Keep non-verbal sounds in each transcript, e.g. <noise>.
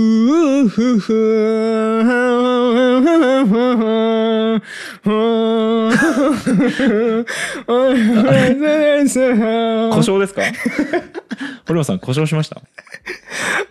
ふふふ故障 <laughs> ですか堀本さん故障しました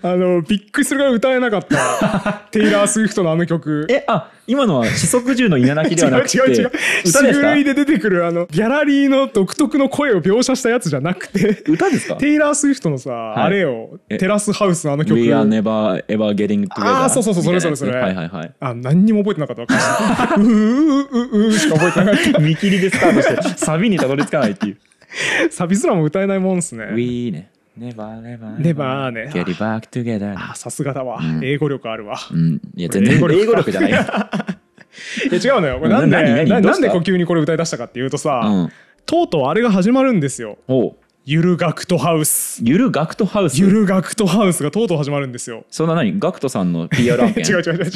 あの、ビックスが歌えなかった。テイラー・スウィフトのあの曲。えあ今のは四足銃の稲違垣うではなく <laughs> て違う違う。歌渋です類でか出てくるあの、ギャラリーの独特の声を描写したやつじゃなくて、歌ですかテイラー・スウィフトのさ、いあれよ、えテラスハウスのあの曲。 We are never ever getting together あーそうそうそうそれそれそれみたいなやつねはいはいはいあ、何にも覚えてなかったわ歌詞。うーうーうーうーしか覚えてなかっ見切りでスタートしてサビにたどり着かないっていうた。サビすらも歌えないもんっすね。 <laughs> We ね never never Never ね get back together あ、さすがだわう。ん英語力あ <laughs> るわ。うんいや全然英こ語れ英語力じ <laughs> ゃないよいや違うのよ。これなんなで、何何などうなしんたで呼吸にこれ歌い出したかっていうとさ、うんとうとうあれが始まるんですよ。おうゆるガクトハウス。ゆるガクトハウスゆるガクトハウスがとうとう始まるんですよ。そんな何ガクトさんの PR 案違う <laughs> 件違う違う違う。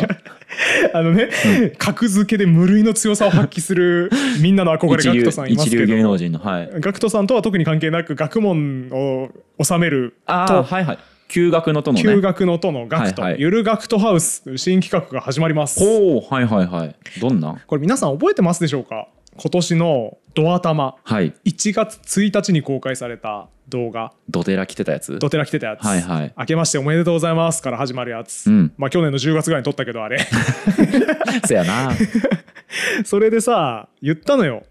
あのね、格付けで無類の強さを発揮するみんなの憧れ一ガク流トさんいます一け流ど。芸能人のはい学徒さんとは特に関係なく学問を収めるああとはいはい休学のとのね旧学のとの学徒、はいはいゆる学徒ハウスという新企画が始まりますほうはいはいはいどんなこれ皆さん覚えてますでしょうか今年のドア玉はい1月1日に公開された動画ドテラ来てたやつドテラ来てたやつ、はいはい明けましておめでとうございますから始まるやつ、うんまあ去年の10月ぐらいに撮ったけどあれ <laughs> せやなそれでさ言ったのよ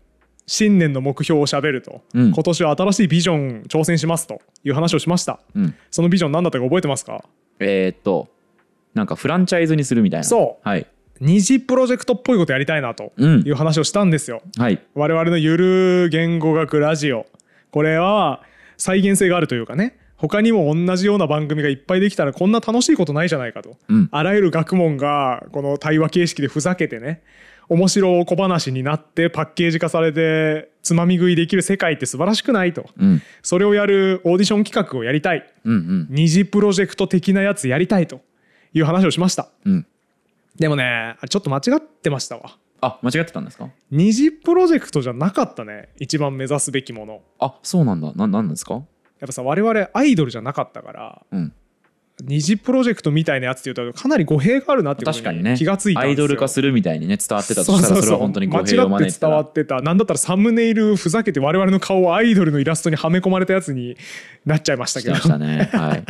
新年の目標をしゃべると、うん今年は新しいビジョン挑戦しますという話をしましたうんそのビジョン何だったか覚えてますかえーっとなんかフランチャイズにするみたいなそうはい二次プロジェクトっぽいことやりたいなとうんいう話をしたんですよ。はい我々のゆる言語学ラジオこれは再現性があるというかね他にも同じような番組がいっぱいできたらこんな楽しいことないじゃないかと、うんあらゆる学問がこの対話形式でふざけてね面白小話になってパッケージ化されてつまみ食いできる世界って素晴らしくないとうんそれをやるオーディション企画をやりたいうんうん二次プロジェクト的なやつやりたいという話をしましたうんでもねあれちょっと間違ってましたわあ間違ってたんですか二次プロジェクトじゃなかったね一番目指すべきものあそうなんだななんなんですかやっぱさ我々アイドルじゃなかったからうん二次プロジェクトみたいなやつっていうとかなり語弊があるなってこと確かにね気がついたんアですよイドル化するみたいにね伝わってたとそうしたらそうそれそうは本当に語弊を間違招っいてた伝わらってたなんだったらサムネイルふざけて我々の顔をアイドルのイラストにはめ込まれたやつになっちゃいましたしけてましたどねはい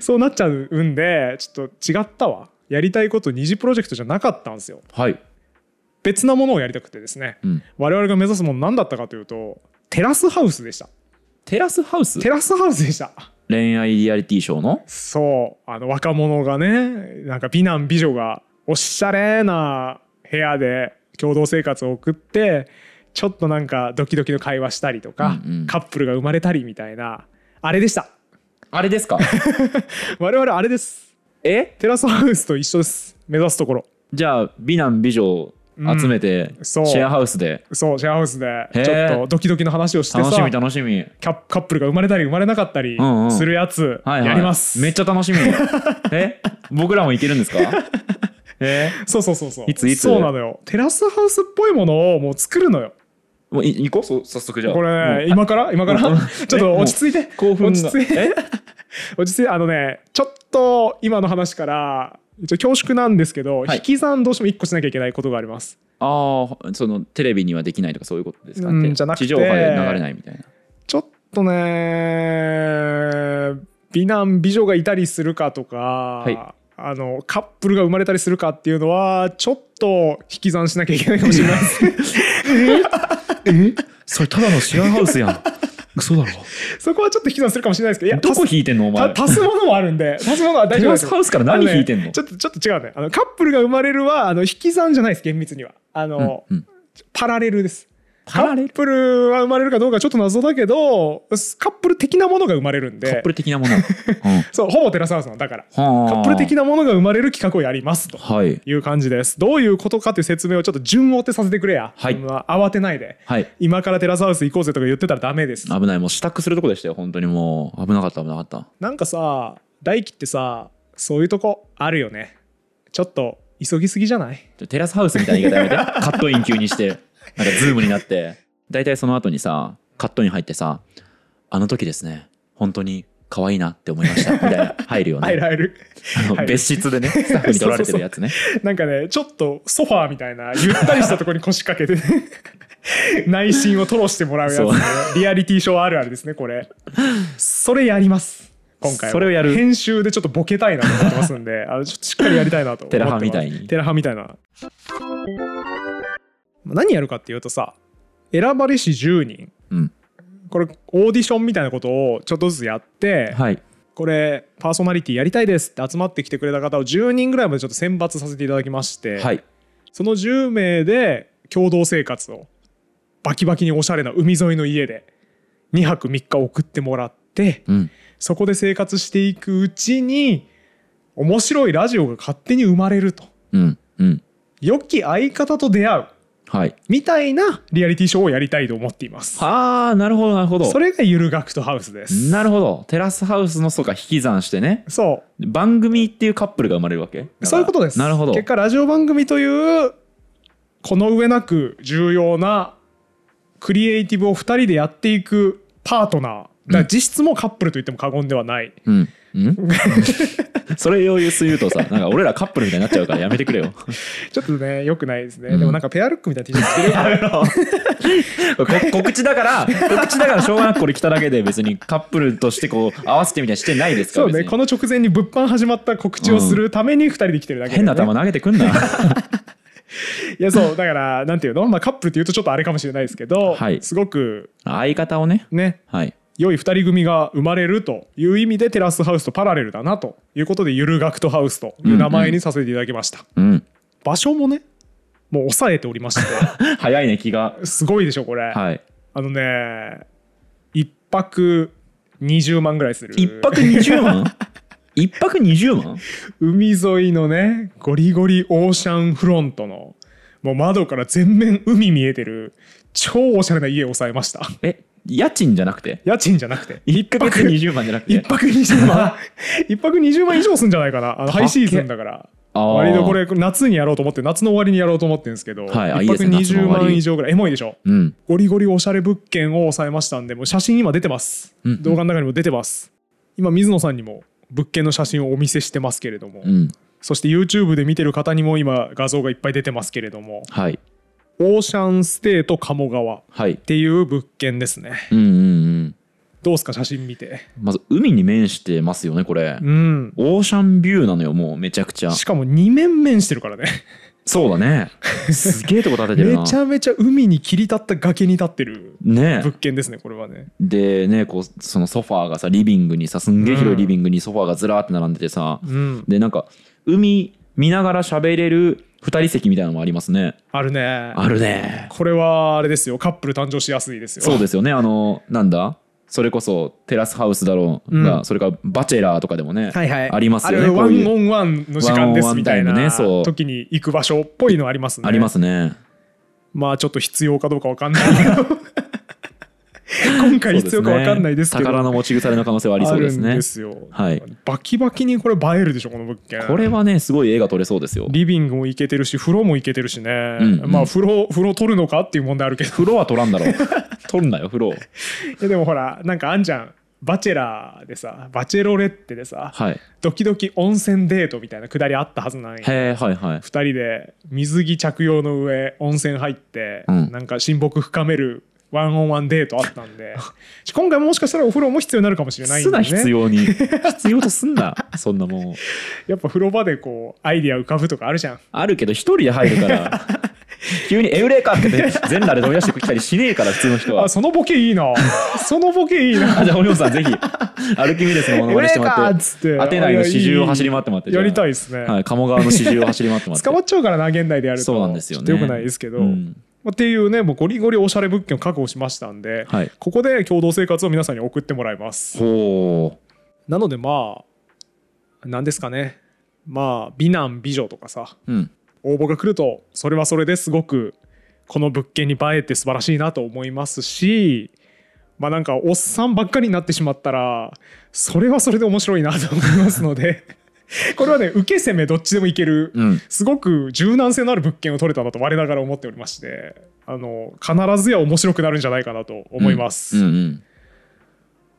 <laughs> そうなっちゃうんでちょっと違ったわやりたいこと二次プロジェクトじゃなかったんですよはい別なものをやりたくてですねうん我々が目指すもの何だったかというとテラスハウスでしたテラスハウステラスハウスでした恋愛リアリティショーのそうあの若者がねなんか美男美女がおしゃれな部屋で共同生活を送ってちょっとなんかドキドキの会話したりとか、うんうんカップルが生まれたりみたいなあれでしたあれ <laughs> ですか我々あれですえテラスハウスと一緒です目指すところじゃあ美男美女を集めて、んシそうェアハウスでそうシェアハウスでへーちょっとドキドキの話をして楽しさみ楽しみキャッカップルが生まれたり生まれなかったりうんうんするやつはいはいやります、めっちゃ楽 <laughs> しみえ僕らも行けるんです <laughs> かえそうそうそうそういついつそうなのよテラスハウスっぽいものをもう作るのよもうい行こうそう早速じゃ <laughs> あこれ、ねもう今から今からもうちょっと落ち着いて興奮落がち着いて <laughs> 落ち着いてあのねちょっと今の話から一応恐縮なんですけど、はい引き算どうしても一個しなきゃいけないことがありますああそのテレビにはできないとかそういうことですかうんじゃなくて地上波で流れないみたいなちょっとね美男美女がいたりするかとか、いあのカップルが生まれたりするかっていうのはちょっと引き算しなきゃいけないかもし <laughs> れないですえそれただのシェアハウス <laughs> やん嘘だろそこはちょっと引き算するかもしれないですけどいやどこ足す引いてんのお前た足すものもあるんで足すものは大テ丈夫ラですスハウスから何引いてんのあねちょっとちょっと違うねあのカップルが生まれるはあの引き算じゃないです厳密にはあの、うんうんパラレルですパラレルカップルは生まれるかどうかちょっと謎だけどカップル的なものが生まれるんカッでプル的なもの、 <laughs> うん、そうほぼテラスハウスなんだからカカップル的ななものが生まれる企画をやりますとはいいう感じですどういうことかっていう説明をちょっと順を追ってさせてくれや、はいそんな慌てないではい今からテラスハウス行こうぜとか言ってたらダメです危ないもう支度するとこでしたよ本当にもう危なかった危なかったなんかさ大輝ってさそういうとこあるよねちょっと急ぎすぎじゃないちょテラスハウスみたいな言い <laughs> 方やめてカットイン急にしてなんかズームになって大体その後にさカットイン入ってさあの時ですね本当に可愛いなって思い <laughs> ましたみたいな入るよね入る入るあの入る別室 <laughs> でねスタッフに撮られてるやつねなんかねちょっとソファーみたいなゆったりしたところに腰掛けてね <laughs> 内心を吐露してもらうやつ、ねそう、リアリティショーあるあるですねこれそれやります今回はそれをやる編集でちょっとボケたいなと思ってますんであのちょっとしっかりやりたいなと思ってますテラハみたいにテラハみたいな何やるかっていうとさ選ばれし10人うんこれオーディションみたいなことをちょっとずつやって、はいこれパーソナリティやりたいですって集まってきてくれた方を10人ぐらいまでちょっと選抜させていただきまして、はいその10名で共同生活をバキバキにおしゃれな海沿いの家で2泊3日送ってもらってうんそこで生活していくうちに面白いラジオが勝手に生まれるとうんうん良き相方と出会うはいみたいなリアリティショーをやりたいと思っています。はあなるほどなるほどそれがゆる学徒ハウスです。なるほどテラスハウスのそうか引き算してねそう番組っていうカップルが生まれるわけだからそういうことです。なるほど結果ラジオ番組というこの上なく重要なクリエイティブを2人でやっていくパートナー。だから実質もうカップルと言っても過言ではない。 <laughs> うんうん <laughs> それを言うとさなんか俺らカップルみたいになっちゃうからやめてくれ <laughs> よちょっとね、良くないですね。うんでもなんかペアルックみたいな T シャツ着てるから。こ告知だから告知だからしょうがなくこれ来ただけで別にカップルとしてこう合わせてみたいにしてないですかそらうね、別にこの直前に物販始まった告知をするために2人で来てるだけで、ね変な球投げてくんないやそうだからなんていうの、まあ、カップルっていうとちょっとあれかもしれないですけど、はいすごく <laughs> 相方をねねはい良い2人組が生まれるという意味でテラスハウスとパラレルだなということでゆる学徒ハウスという名前にさせていただきました、うん場所もねもう抑えておりまして早いね気がすごいでしょこれ、 <laughs> はいあのね1泊20万ぐらいする一泊20万 <laughs> 一泊20万海沿いのねゴリゴリオーシャンフロントのもう窓から全面海見えてる超おしゃれな家を抑えましたえ家賃じゃなくて家賃じゃなくて一ヶ月20万じゃなく一て泊20万 <laughs> 一泊20万以上すんじゃないかなあのハイシーズンだからあー割とこれ夏にやろうと思って夏の終わりにやろうと思ってるんですけど、はいあい一い泊ですね20夏の終わ万り以上ぐらいエモいでしょうんゴリゴリおしゃれ物件を抑えましたんでもう写真今出てます、うんうん動画の中にも出てます今水野さんにも物件の写真をお見せしてますけれども、うんそして YouTube で見てる方にも今画像がいっぱい出てますけれどもはいオーシャンステート鴨川っはいていう物件ですねうんうんうんどうですか写真見てまず海に面してますよねこれうんオーシャンビューなのよもうめちゃくちゃしかも2面面してるからねそ <laughs> うだねすげえとこ建ててるなめちゃめちゃ海に切り立った崖に立ってるね物件ですねこれはねでねこうそのソファーがさリビングにさすんげえ広いリビングにソファーがずらーって並んでてさ、うんでなんか海見ながら喋れる二人席みたいなのもありますねあるねあるねこれはあれですよカップル誕生しやすいですよそうですよねあのなんだそれこそテラスハウスだろうが、うんそれからバチェラーとかでもね、はいはいありますよねあれこワういンうオンワンの時間ですみたいなワンオンワンタイムねそう時に行く場所っぽいのありますねありますねまあちょっと必要かどうかわかんないけど <laughs> 今回必要かわかんないですけどそうね宝の持ち腐れの可能性はありあそうでるすんねですよ、はいバキバキにこれ映えるでしょこの物件これはねすごい絵が撮れそうですよリビングも行けてるし風呂も行けてるしね、んうんまあ風呂風呂取るのかっていう問題あるけど風呂は撮ら <laughs> んだろう撮るなよ風呂いやでもほらなんかあんじゃんバチェラーでさバチェロレッテでさ、はいへドキドキ温泉デートみたいなくだりあったはずなんやえはいはい2人で水着着用の上温泉入って、うんなんか親睦深めるワンオンワンデートあったん <laughs> で今回もしかしたらお風呂も必要になるかもしれないんすで、なね、必要に必要とすんなそんなもんやっぱ風呂場でこうアイディア浮かぶとかあるじゃんあるけど一人で入るから <laughs> 急に「エウレカ!」ってね全裸で飛び出してきたりしねえから普通の人はあそのボケいい <laughs> なそのボケいいなあじゃあ堀本さんぜひアルキミデスのものまねしてもエウレらカっってつってアテナイの四十を走り回ってもらってやりたいいですね、はい、鴨川の四十を走り回ってもらって捕まっちゃうからな現代でやるとそうなんですよねちょっとよくないですけど、うんまあっていうねもうゴリゴリおしゃれ物件を確保しましたんで、はいここで共同生活を皆さんに送ってもらいますほなのでまあ何ですかねまあ美男美女とかさううん応募が来るとそれはそれですごくこの物件に映えて素晴らしいなと思いますしまあなんかおっさんばっかりになってしまったらそれはそれで面白いなと思いますのでこれはね受け攻めどっちでもいける、うんすごく柔軟性のある物件を取れたなと我ながら思っておりましてあの必ずや面白くなるんじゃないかなと思います。うんうん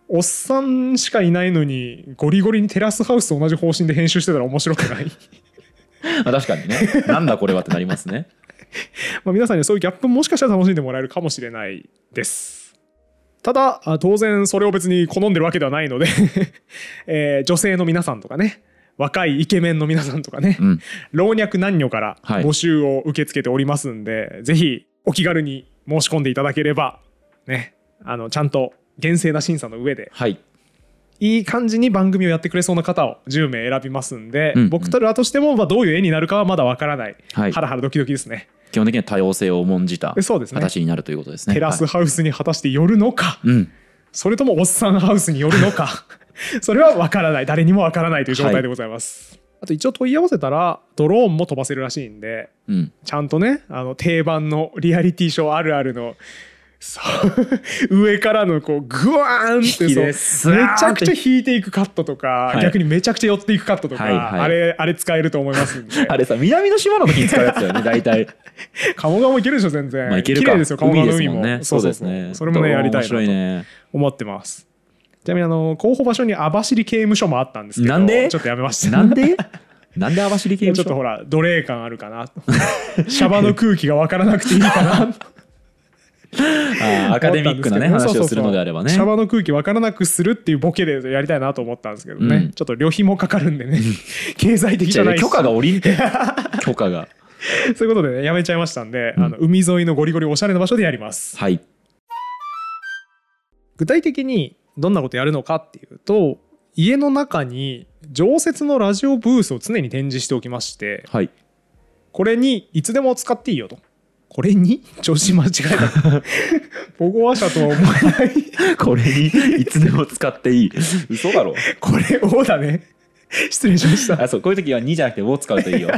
おっさんしかいないのにゴリゴリにテラスハウスと同じ方針で編集してたら面白くない <laughs> まあ確かにねなんだこれはってなりますねまあ皆さんにはそういうギャップもしかしたら楽しんでもらえるかもしれないですただあ当然それを別に好んでるわけではないので、 <laughs> えー女性の皆さんとかね若いイケメンの皆さんとかね、うん老若男女からはい募集を受け付けておりますんで、ぜひお気軽に申し込んでいただければねあのちゃんと厳正な審査の上ではいいい感じに番組をやってくれそうな方を10名選びますんで、うんうん僕たちらとしてもまあどういう絵になるかはまだわからない、はいハラハラドキドキですね基本的には多様性を重んじたえそうですね形になるということですねテラスはいハウスに果たして寄るのか、うんそれともおっさんハウスによるのかそれは分からない誰にも分からないという状態でございます、あと一応問い合わせたらドローンも飛ばせるらしいんで <laughs> うんちゃんとねあの定番のリアリティショーあるあるのそう上からのこう <laughs> グワーンって引きそうでめスワーンってちゃくちゃ引いていくカットとか、はい逆にめちゃくちゃ寄っていくカットとか、はいはいあれあれ使えると思いますんであれさ南の島の時に使うやつだよ <laughs> ね大体鴨川もいけるでしょ全然、まあいける綺か麗ですよ鴨川の海もねそうですねそれもねやりたいなと面白いね思ってますちなみにあの候補場所に網走刑務所もあったんですけどなんでちょっとやめましたなんでなんで網走い刑や務 <laughs> ちょっ所とほら奴隷感あるかなと <laughs> シャバの空気が分からなくていいかなとあーアカデミックなね思ったん話でをけすどるのであればねそうそうそうシャバの空気分からなくするっていうボケでやりたいなと思ったんですけどね、うんちょっと旅費もかかるんでね <laughs> 経済的じゃないし許可が下りんて許可がそういうことでねやめちゃいましたんで、あの海沿いのゴリゴリおしゃれな場所でやりますはい具体的にどんなことやるのかっていうと家の中に常設のラジオブースを常に展示しておきましてはいこれにいつでも使っていいよとこれに調子間違えた <laughs> 母語話者とは思えないこれ <laughs> にいつでも使っていい嘘だろこれ「をだね失礼しましたあそうこういう時は2じゃなくて「を」使うといいよ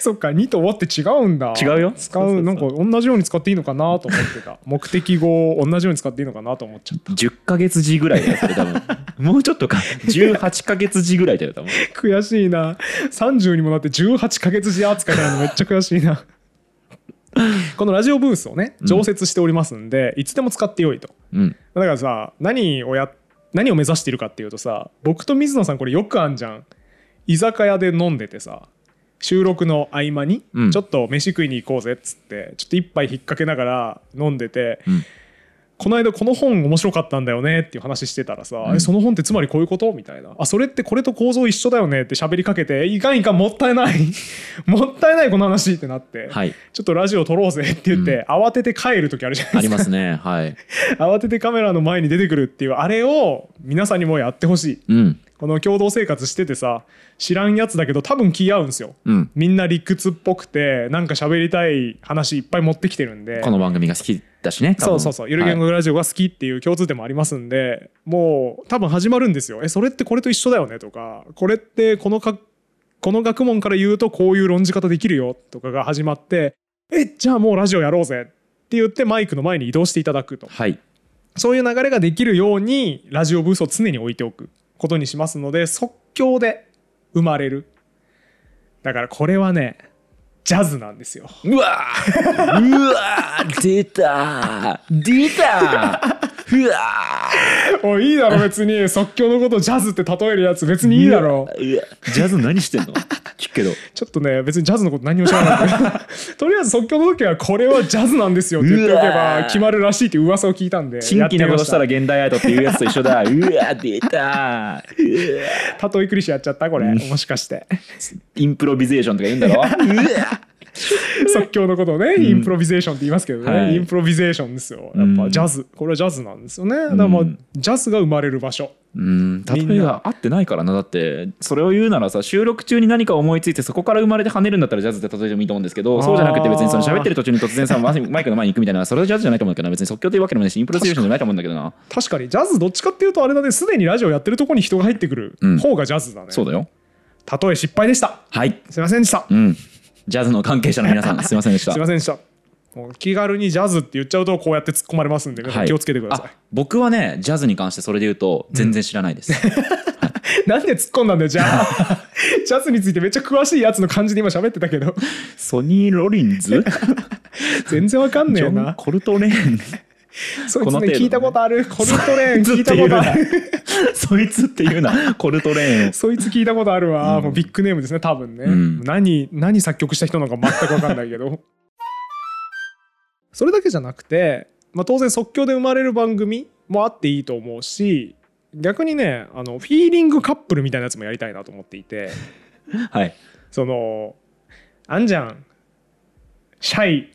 そっか2と「お」って違うんだ違うよ使そうそうそううなんか同じように使っていいのかなと思って <laughs> た目的語を同じように使っていいのかなと思っちゃった10ヶ月時ぐらいだよそれ多 <laughs> 分もうちょっとか18ヶ月時ぐらいだよ多分 <laughs> 悔しいな30にもなって18ヶ月時扱いなのめっちゃ悔しい <laughs> なこのラジオブースをね常設しておりますんで、いつでも使ってよいとうんだからさ何をや何を目指しているかっていうとさ僕と水野さんこれよくあんじゃん居酒屋で飲んでてさ収録の合間に、うんちょっと飯食いに行こうぜっつってちょっと一杯引っ掛けながら飲んでて、うんこの間この本面白かったんだよねっていう話してたらさ、えその本ってつまりこういうことみたいなあそれってこれと構造一緒だよねって喋りかけていかんいかんもったいない <laughs> もったいないこの話ってなって、はいちょっとラジオ撮ろうぜって言って、慌てて帰る時あるじゃないですかありますねはい慌ててカメラの前に出てくるっていうあれを皆さんにもやってほしいうんこの共同生活しててさ知らんやつだけど多分気合うんですようんみんな理屈っぽくてなんか喋りたい話いっぱい持ってきてるんでこの番組が好きだしね多分そうそうそうゆる言語ラジオが好きっていう共通点もありますんで、もう多分始まるんですよえそれってこれと一緒だよねとかこれってこのかこの学問から言うとこういう論じ方できるよとかが始まってえじゃあもうラジオやろうぜって言ってマイクの前に移動していただくとはい、はいそういう流れができるようにラジオブースを常に置いておくことにしますので即興で生まれるだからこれはねジャズなんですようわーうわー出たー出たーうわ <laughs> おいいいだろ別に即興のことをジャズって例えるやつ別にいいだろーうわジャズ何してんの聞くけどちょっとね別にジャズのこと何も知ら <laughs> ないんでとりあえず即興の時はこれはジャズなんですよって言っておけうわばー決まるらしいって噂を聞いたんで新規なことしたらやってみ現代アートっていうやつと一緒だうわ出たまーうわしたたとえクリシやっちゃったこれもしかしてインプロビゼーションとか言うんだろうわ <laughs> 即興のことをね、インプロビゼーションって言いますけどね、はいインプロビゼーションですようやっんぱジャズこれはジャズなんですよねだからまあうんジャズが生まれる場所うんみ例んえなば合ってないからなだってそれを言うならさ収録中に何か思いついてそこから生まれて跳ねるんだったらジャズって例えてもいいと思うんですけあどーそうじゃなくて別にその喋ってる途中に突然さマイマイクの前に行くみたいなそれはジャズじゃないと思うんだけどな別に即興というわけでもないしインプロビゼーションじゃないと思うんだけどな確かにジャズどっちかっていうとあれだねすでにラジオやってるとこに人が入ってくるうん方がジャズだね、そうだよたとえ失敗でしたはいすいませんでしたうんジャズの関係者の皆さんすいませんでした <laughs> すいませんでしたもう気軽にジャズって言っちゃうとこうやって突っ込まれますんで、皆さんはい気をつけてくださいあ僕はねジャズに関してそれで言うと全然知らないです、なんで突っ込んだんだよじゃあジャズについてめっちゃ詳しいやつの感じで今喋ってたけど <laughs> <laughs> ソニー・ロリンズ全然わかんねジえョン・なコルトレーンそいこつの程ね度ね聞いたことあるコルトレーン <laughs> そ聞いいつってたいこうとなあるそいつっていうなコルトレーン <laughs> をそいつ聞いたことあるわ、うんもうビッグネームですね多分ね、うん何何作曲した人なのか全く分かんないけどそれだけじゃなくて、まあ、当然即興で生まれる番組もあっていいと思うし逆にねあのフィーリングカップルみたいなやつもやりたいなと思っていて <laughs> はいそのあんじゃんシャイ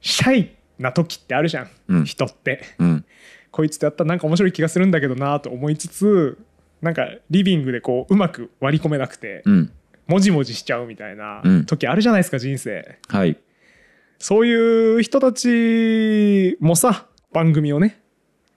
シャイな時ってあるじゃん、うん人って。うんこいつとやったらなんか面白い気がするんだけどなと思いつつなんかリビングでこううまく割り込めなくてうんもじもじしちゃうみたいなうん時あるじゃないですか人生はいそういう人たちもさ番組をね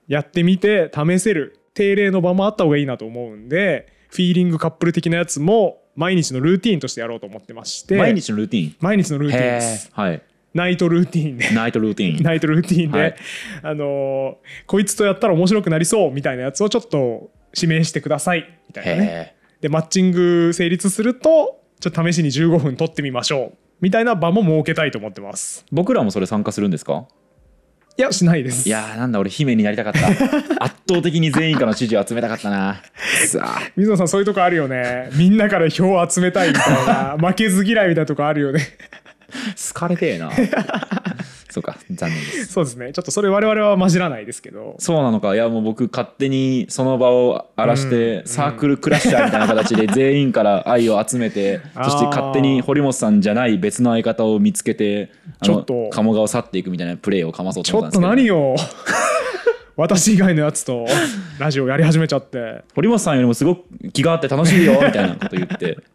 やってみて試せる定例の場もあった方がいいなと思うんでフィーリングカップル的なやつも毎日のルーティーンとしてやろうと思ってまして毎日のルーティン毎日のルーティーンですはいナイトルーティーンで <laughs> ナイトルーティンナイトルーティーンで、はいあのーこいつとやったら面白くなりそうみたいなやつをちょっと指名してくださいみたいなね。へでマッチング成立するとちょっと試しに15分取ってみましょうみたいな場も設けたいと思ってます。僕らもそれ参加するんですかいやしないです。いやーなんだ俺姫になりたかった <laughs> 圧倒的に全員からの支持を集めたかったなさあ水野さんそういうとこあるよね。みんなから票を集めたいみたい <laughs> な負けず嫌いみたいなとこあるよね。好かれてえ <laughs> なそうか残念ですそうですね。ちょっとそれ我々は混じらないですけど。そうなのかいやもう僕勝手にその場を荒らして、うんサークルクラッシャーみたいな形 <laughs> で全員から愛を集めてあーそして勝手に堀本さんじゃない別の相方を見つけてあのちょっと鴨川を去っていくみたいなプレーをかまそうとち思ょっったとんですけ何ど <laughs> を私以外のやつとラジオやり始めちゃって。堀本さんよりもすごく気があって楽しいよみたいなこと言って <laughs>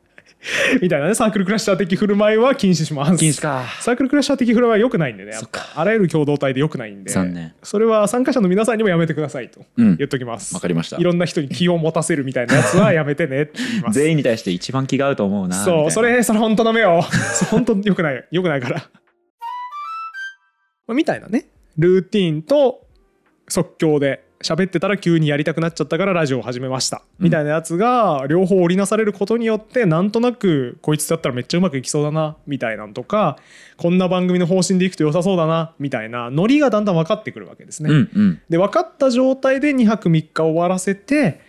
みたいなね、サークルクラッシャー的振る舞いは禁止します。禁止かサークルクラッシャー的振る舞いは良くないんでね、やっそっぱかあらゆる共同体で良くないんで、残念それは参加者の皆さんにもやめてくださいとうん言っときます。わかりましたいろんな人に気を持たせるみたいなやつはやめてねって言います。全員に対して一番気が合うと思うなみたいそう、なそれ、それ本当の目よ。 <laughs> そう本当良くない、良くないから。まあみたいなね、ルーティーンと即興で喋ってたら急にやりたくなっちゃったからラジオを始めました、みたいなやつが両方織りなされることによってなんとなくこいつだったらめっちゃうまくいきそうだなみたいなんとかこんな番組の方針でいくと良さそうだなみたいなノリがだんだん分かってくるわけですね。うんうんで分かった状態で2泊3日終わらせて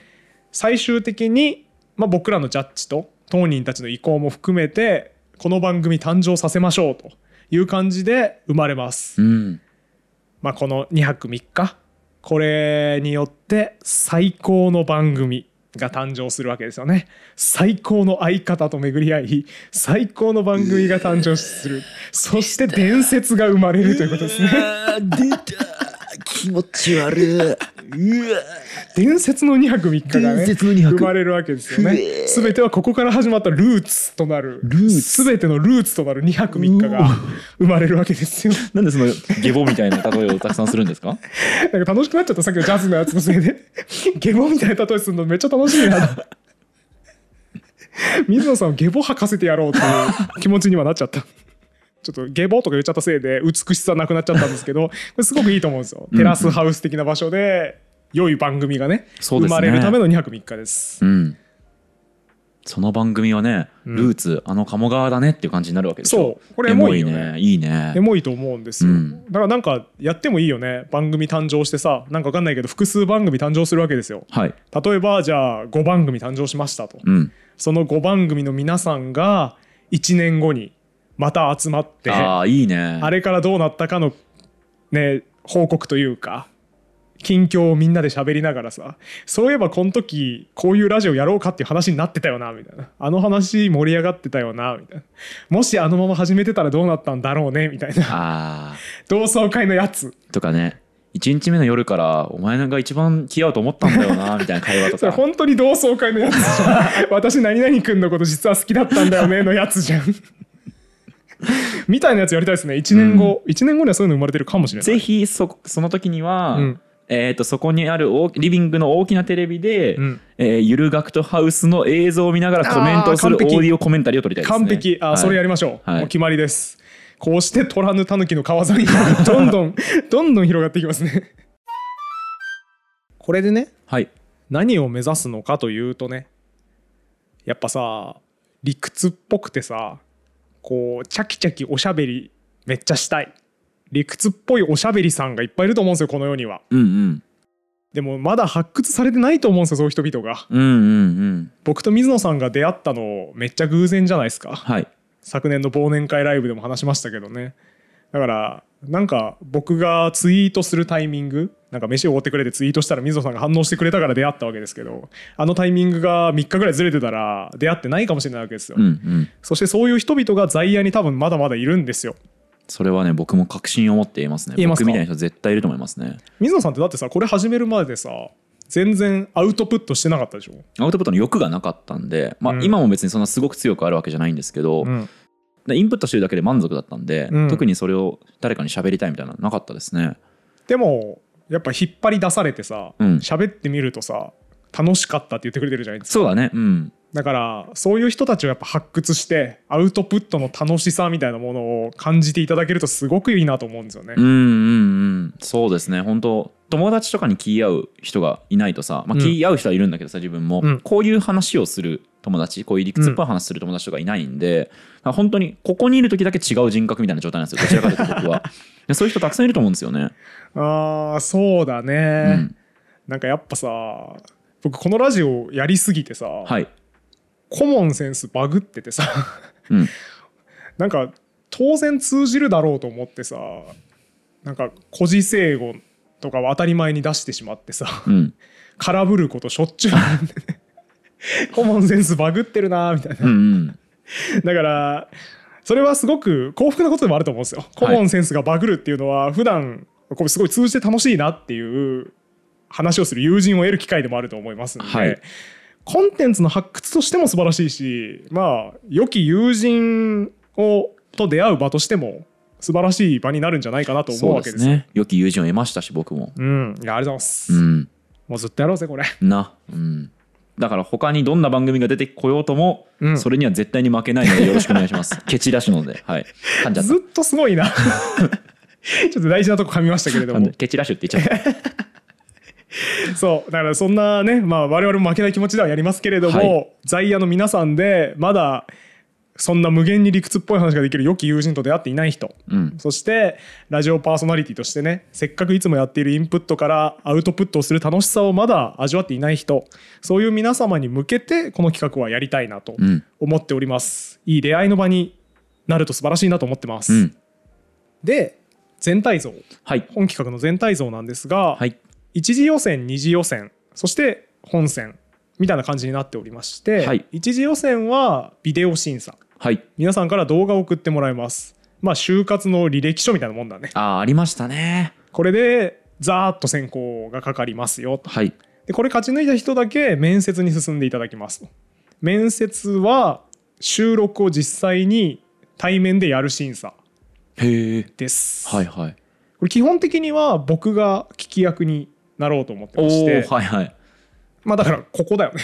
最終的に、まあ、僕らのジャッジと当人たちの意向も含めてこの番組誕生させましょうという感じで生まれます、うんまあ、この2泊3日これによって最高の番組が誕生するわけですよね最高の相方と巡り合い最高の番組が誕生するそして伝説が生まれるということですね出た気持ち悪いうわ伝説の2泊3日がね伝説の2泊生まれるわけですよふねえ全てはここから始まったルーツとなるルーツ全てのルーツとなる2泊3日が生まれるわけですよなんでその下ボみたいな例えをたくさんするんです <laughs> かなんか楽しくなっちゃったさっきのジャズのやつのせい <laughs> でゲボみたいな例えするのめっちゃ楽しいな水野さんをゲボ吐かせてやろうという気持ちにはなっちゃったちょっとゲボとか言っちゃったせいで美しさなくなっちゃったんですけどこれすごくいいと思うんですよテラスハウス的な場所で良い番組がねそうで生ますねれるための2泊3日ですうんその番組はね、うんルーツあの鴨川だねっていう感じになるわけですよそうこれエモいよねいいねエモいと思うんですよ、うんだからなんかやってもいいよね番組誕生してさなんかわかんないけど複数番組誕生するわけですよはい例えばじゃあ5番組誕生しましたと、うんその5番組の皆さんが1年後にまた集まってああいいねあれからどうなったかのね報告というか近況をみんなで喋りながらさそういえばこの時こういうラジオやろうかっていう話になってたよなみたいなあの話盛り上がってたよなみたいなもしあのまま始めてたらどうなったんだろうねみたいなあ同窓会のやつーとかね1日目の夜からお前なんか一番気合うと思ったんだよなみたいな会話と <laughs> それか本当に同窓会のやつじ <laughs> ゃん私何々君のこと実は好きだったんだよねのやつじゃんみたいなやつやりたいですね1年後、一1年後にはそういうの生まれてるかもしれないぜひそその時には、うんえー、とそこにある大きリビングの大きなテレビで、うんえーゆるガクトハウスの映像を見ながらコメントをするあオー完璧ーディオコメンタリーを撮りたいですね完璧あ、はいそれやりましょう、はいもう決まりですこうして取らぬ狸の川沿いがどんど <laughs> んどんどん広がっていきますねこれでねはい何を目指すのかというとねやっぱさ理屈っぽくてさこうチャキチャキおしゃべりめっちゃしたい理屈っぽいおしゃべりさんがいっぱいいると思うんですよこの世にはうんうんでもまだ発掘されてないと思うんですよそういう人々がうんうんうん僕と水野さんが出会ったのめっちゃ偶然じゃないですかはい昨年の忘年会ライブでも話しましたけどねだからなんか僕がツイートするタイミングなんか飯を追ってくれてツイートしたら水野さんが反応してくれたから出会ったわけですけどあのタイミングが3日ぐらいずれてたら出会ってないかもしれないわけですよ、うんうんそしてそういう人々が在野に多分まだまだいるんですよそれはね僕も確信を持って言いますね言えますか僕みたいな人絶対いると思いますね水野さんってだってさこれ始めるまでさ全然アウトプットしてなかったでしょ、アウトプットの欲がなかったんで、まあうん今も別にそんなすごく強くあるわけじゃないんですけど、うん、でインプットしてるだけで満足だったんで、うん特にそれを誰かに喋りたいみたいなのなかったですねでもやっぱ引っ張り出されてさうん喋、ってみるとさ楽しかったって言ってくれてるじゃないですかそうだねうんだからそういう人たちをやっぱ発掘してアウトプットの楽しさみたいなものを感じていただけるとすごくいいなと思うんですよねうん。うんうんそうですね本当友達とかに気合う人がいないとさ、まあ、うん気合う人はいるんだけどさ自分も、うんこういう話をする友達こういう理屈っぽい話する友達とかいないんで、まあ本当にここにいる時だけ違う人格みたいな状態なんですよどちらかというと僕 <laughs> はでそういう人たくさんいると思うんですよね、あーそうだうね、ん、なんかやっぱさ僕このラジオやりすぎてさ、はい、コモンセンスバグっててさうん、 <laughs> なんか当然通じるだろうと思ってさなんか孤児生語とかは当たり前に出してしまって <laughs> さうん空振ることしょっちゅうなんでね <laughs> コモンセンスバグってるなーみたいなうんうんだからそれはすごく幸福なことでもあると思うんですよ。コモンセンスがバグるっていうのは普段こうすごい通じて楽しいなっていう話をする友人を得る機会でもあると思いますので、はいコンテンツの発掘としても素晴らしいしまあ良き友人をと出会う場としても素晴らしい場になるんじゃないかなと思うそうわでけですすよ。ね良き友人を得ましたし僕もうん、いやありがとうございます、うんもうずっとやろうぜこれ。なうんだから他にどんな番組が出てこようとも、うんそれには絶対に負けないのでよろしくお願いします <laughs> ケチらしのではい噛んじゃったずっとすご <laughs> いな。ちょっと大事なとこ噛みましたけれどなんもでケチラッシュって言っちゃっそうだからそんなね、まあ、我々も負けない気持ちではやりますけれども、はい在野の皆さんでまだそんな無限に理屈っぽい話ができる良き友人と出会っていない人た。 <laughs> うん。そしてラジオパーソナリティとしてねせっかくいつもやっているインプットからアウトプットをする楽しさをまだ味わっていない人そういう皆様に向けてこの企画はやりたいなとうん。思っております、いい出会いの場になると素晴らしいなと思ってます、うん。で全体像はい。本企画の全体像なんですが、はい。一次予選二次予選そして本戦みたいな感じになっておりまして、はい一次予選はビデオ審査はい。皆さんから動画を送ってもらいますまあ就活の履歴書みたいなもんだねああ、ありましたね。これでザーッと選考がかかりますよとはい。でこれ勝ち抜いた人だけ面接に進んでいただきますと面接は収録を実際に対面でやる審査へえ。です、はいはい。これ基本的には僕が聞き役になろうと思っておまおして、ー、はいはい。まあだからここだよね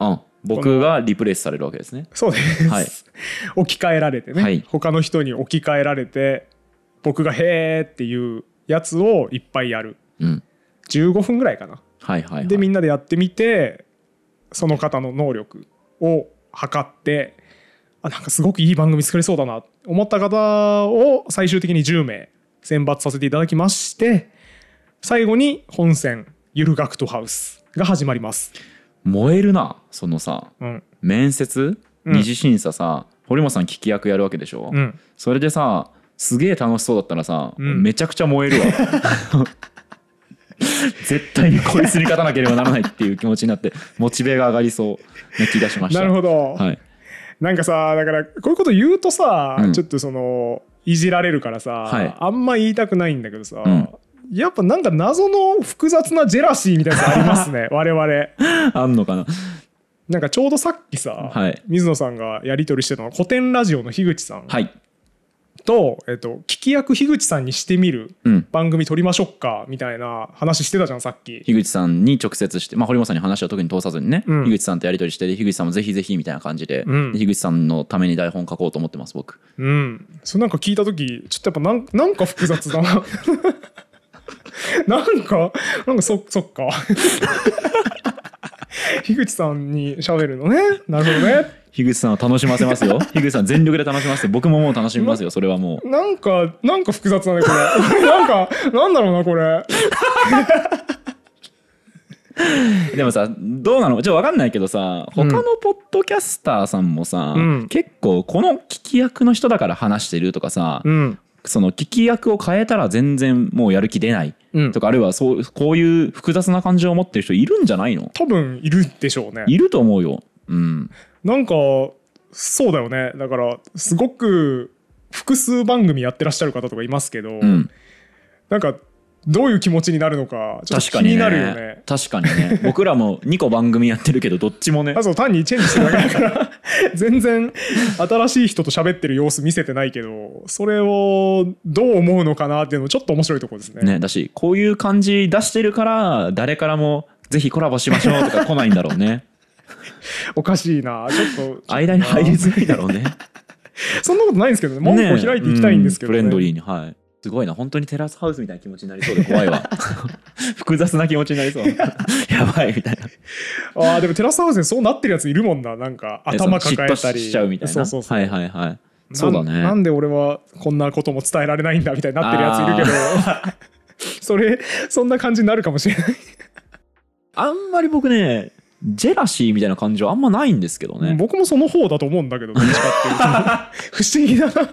うん。僕がリプレイスされるわけですね。そうです、はい置き換えられてね、はい他の人に置き換えられて僕が「へーっていうやつをいっぱいやるうん。 15分ぐらいかな、はいはい、はい。でみんなでやってみてその方の能力を測ってあなんかすごくいい番組作れそうだなと思った方を最終的に10名選抜させていただきまして最後に本戦ゆる学徒ハウスが始まります、燃えるな、そのさ、うん面接、うん二次審査さ、堀本さん聞き役やるわけでしょ。うん、それでさ、すげえ楽しそうだったらさ、うんめちゃくちゃ燃えるわ。 <laughs> 絶対にこいつに勝たなければならないっていう気持ちになって、モチベが上がりそうな気がしました。なるほど、はい。なんかさだからこういうこと言うとさ、うんちょっとそのいじられるからさ、はいあんま言いたくないんだけどさ、うんやっぱなんか謎の複雑なジェラシーみたいなのあります <laughs> ね我々あんのかな。なんかちょうどさっきさ、はい水野さんがやり取りしてたのは古典ラジオの樋口さんはい。と,、えっと聞き役樋口さんにしてみるうん。番組撮りましょうかみたいな話してたじゃんさっき。樋口さんに直接して、まあ、堀本さんに話は特に通さずにね、うん樋口さんとやり取りしてで樋口さんもぜひぜひみたいな感じで,で、うん樋口さんのために台本書こうと思ってます僕うん、それなんか聞いた時ちょっとやっぱなんなんか複雑だな <laughs> なんかなんかそそっか <laughs> 樋樋口さんに喋るのねなるほどね樋口さんを楽しませますよ <laughs> 樋口さん全力で楽しませて僕ももう楽しみますよそれはもうなんかなんか複雑だねこれ <laughs> なんかなんだろうなこれでもさどうなのちょっと分かんないけどさ他うんのポッドキャスターさんもさ、うん結構この聞き役の人だから話してるとかさ、んその聞き役を変えたら全然もうやる気出ないうんとかあるいはそうこういう複雑な感情を持ってる人いるんじゃないの多分いるでしょうねいると思うよ。うん、なんかそうだよねだからすごく複数番組やってらっしゃる方とかいますけど、うん、なんかどういう気持ちになるのかちょっと確か気ににねなるよね確かに <laughs> ね僕らも2個番組やってるけどどっちもねあそう単にチェンジしてるだけだから <laughs> 全然新しい人と喋ってる様子見せてないけどそれをどう思うのかなっていうのもちょっと面白いところですねねだしこういう感じ出してるから誰からもぜひコラボしましょうとか来ないんだろ <laughs> うねおかしいなちょっとちょっと <laughs> 間に入りづらいだろうねそんなことないんですけど <laughs> ね門戸を開いていきたいんですけど、ねねうんフレンドリーにはいすごいな本当にテラスハウスみたいな気持ちになりそうで怖 <laughs> いわ複雑な気持ちになりそうやばいみたいなああでもテラスハウスにそうなってるやついるもんななんか頭抱えた嫉り妬しちゃうみたいなそうそうそう、はいはいはいなそうだねなんで俺はこんなことも伝えられないんだみたいになってるやついるけど <laughs> それそんな感じになるかもしれない、あんまり僕ねジェラシーみたいな感情あんまないんですけどね僕もその方だと思うんだけどどっちかっていう <laughs> と不思議だな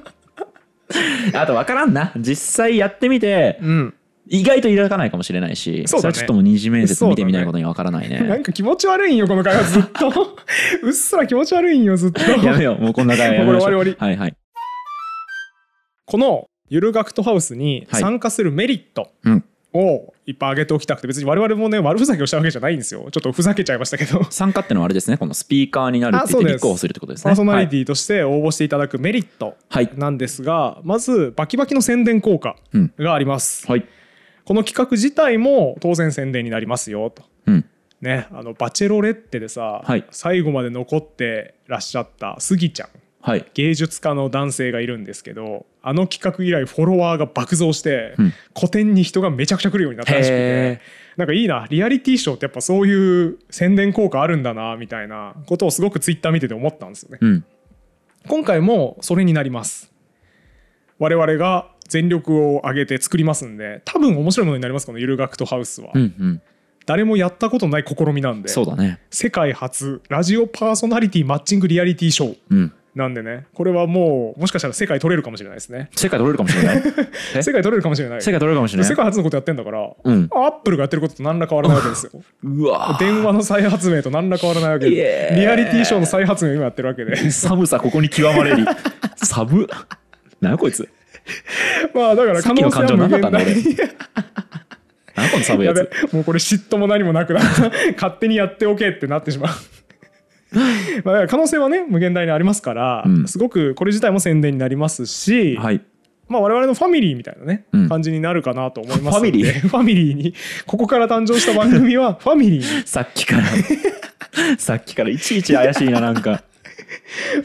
あと分からんな実際やってみてうん意外と抱かないかもしれないしそうだねれはちょっともう二次面接見てみないことには分からないねなんか気持ち悪いんよこの会話ずっとうっすら気持ち悪いんよずっと <laughs> やめようもうこんな会話やめましょうもうこ <laughs> れ終わりはいはいこのゆる学徒ハウスにはい参加するメリットうんをいっぱい挙げておきたくて別に我々もね悪ふざけをしたわけじゃないんですよちょっとふざけちゃいましたけど参加ってのはあれですねこのスピーカーになるっあて言っそうてです立候補するってことですパねーソナリティとして応募していただくメリットはいなんですがまずバキバキの宣伝効果うんがあります、はい、はいこの企画自体も当然宣伝になりますよと。うんね、あのバチェロレッテでさ、はい最後まで残ってらっしゃったスギちゃんはい芸術家の男性がいるんですけどあの企画以来フォロワーが爆増して、うん個展に人がめちゃくちゃ来るようになったらしくへてなんかいいなリアリティショーってやっぱそういう宣伝効果あるんだなみたいなことをすごくツイッター見てて思ったんですよね。うん今回もそれになります我々が全力を挙げて作りますんで多分面白いものになりますこのゆる学徒ハウスは、うんうん誰もやったことない試みなんでそうだね世界初ラジオパーソナリティマッチングリアリティショーうんなんでねこれはもうもしかしたら世界取れるかもしれないですね世界取れるかもしれない <laughs> え世界取れるかもしれない世界取れるかもしれな世い界初のことやってんだから、うんアップルがやってることと何ら変わらないわけですようわ電話の再発明と何ら変わらないわけイエでーイリアリティショーの再発明を今やってるわけで寒さここに極まれり寒なんやこいつまあだからさ可っきの能性感は情な無かっ限たんだ大俺なんやこの寒いややべつもうこれ嫉妬も何もなくなった <laughs> 勝手にやっておけってなってし <laughs> まうまあだから可能性はね無限大にありますから、うんすごくこれ自体も宣伝になりますし、はいまあ、我々のファミリーみたいなね、うん感じになるかなと思いますファミリーファミリーに <laughs> ここから誕生した番組 <laughs> はファミリーにさっ <laughs> きからさっきからいちいち怪しいななんか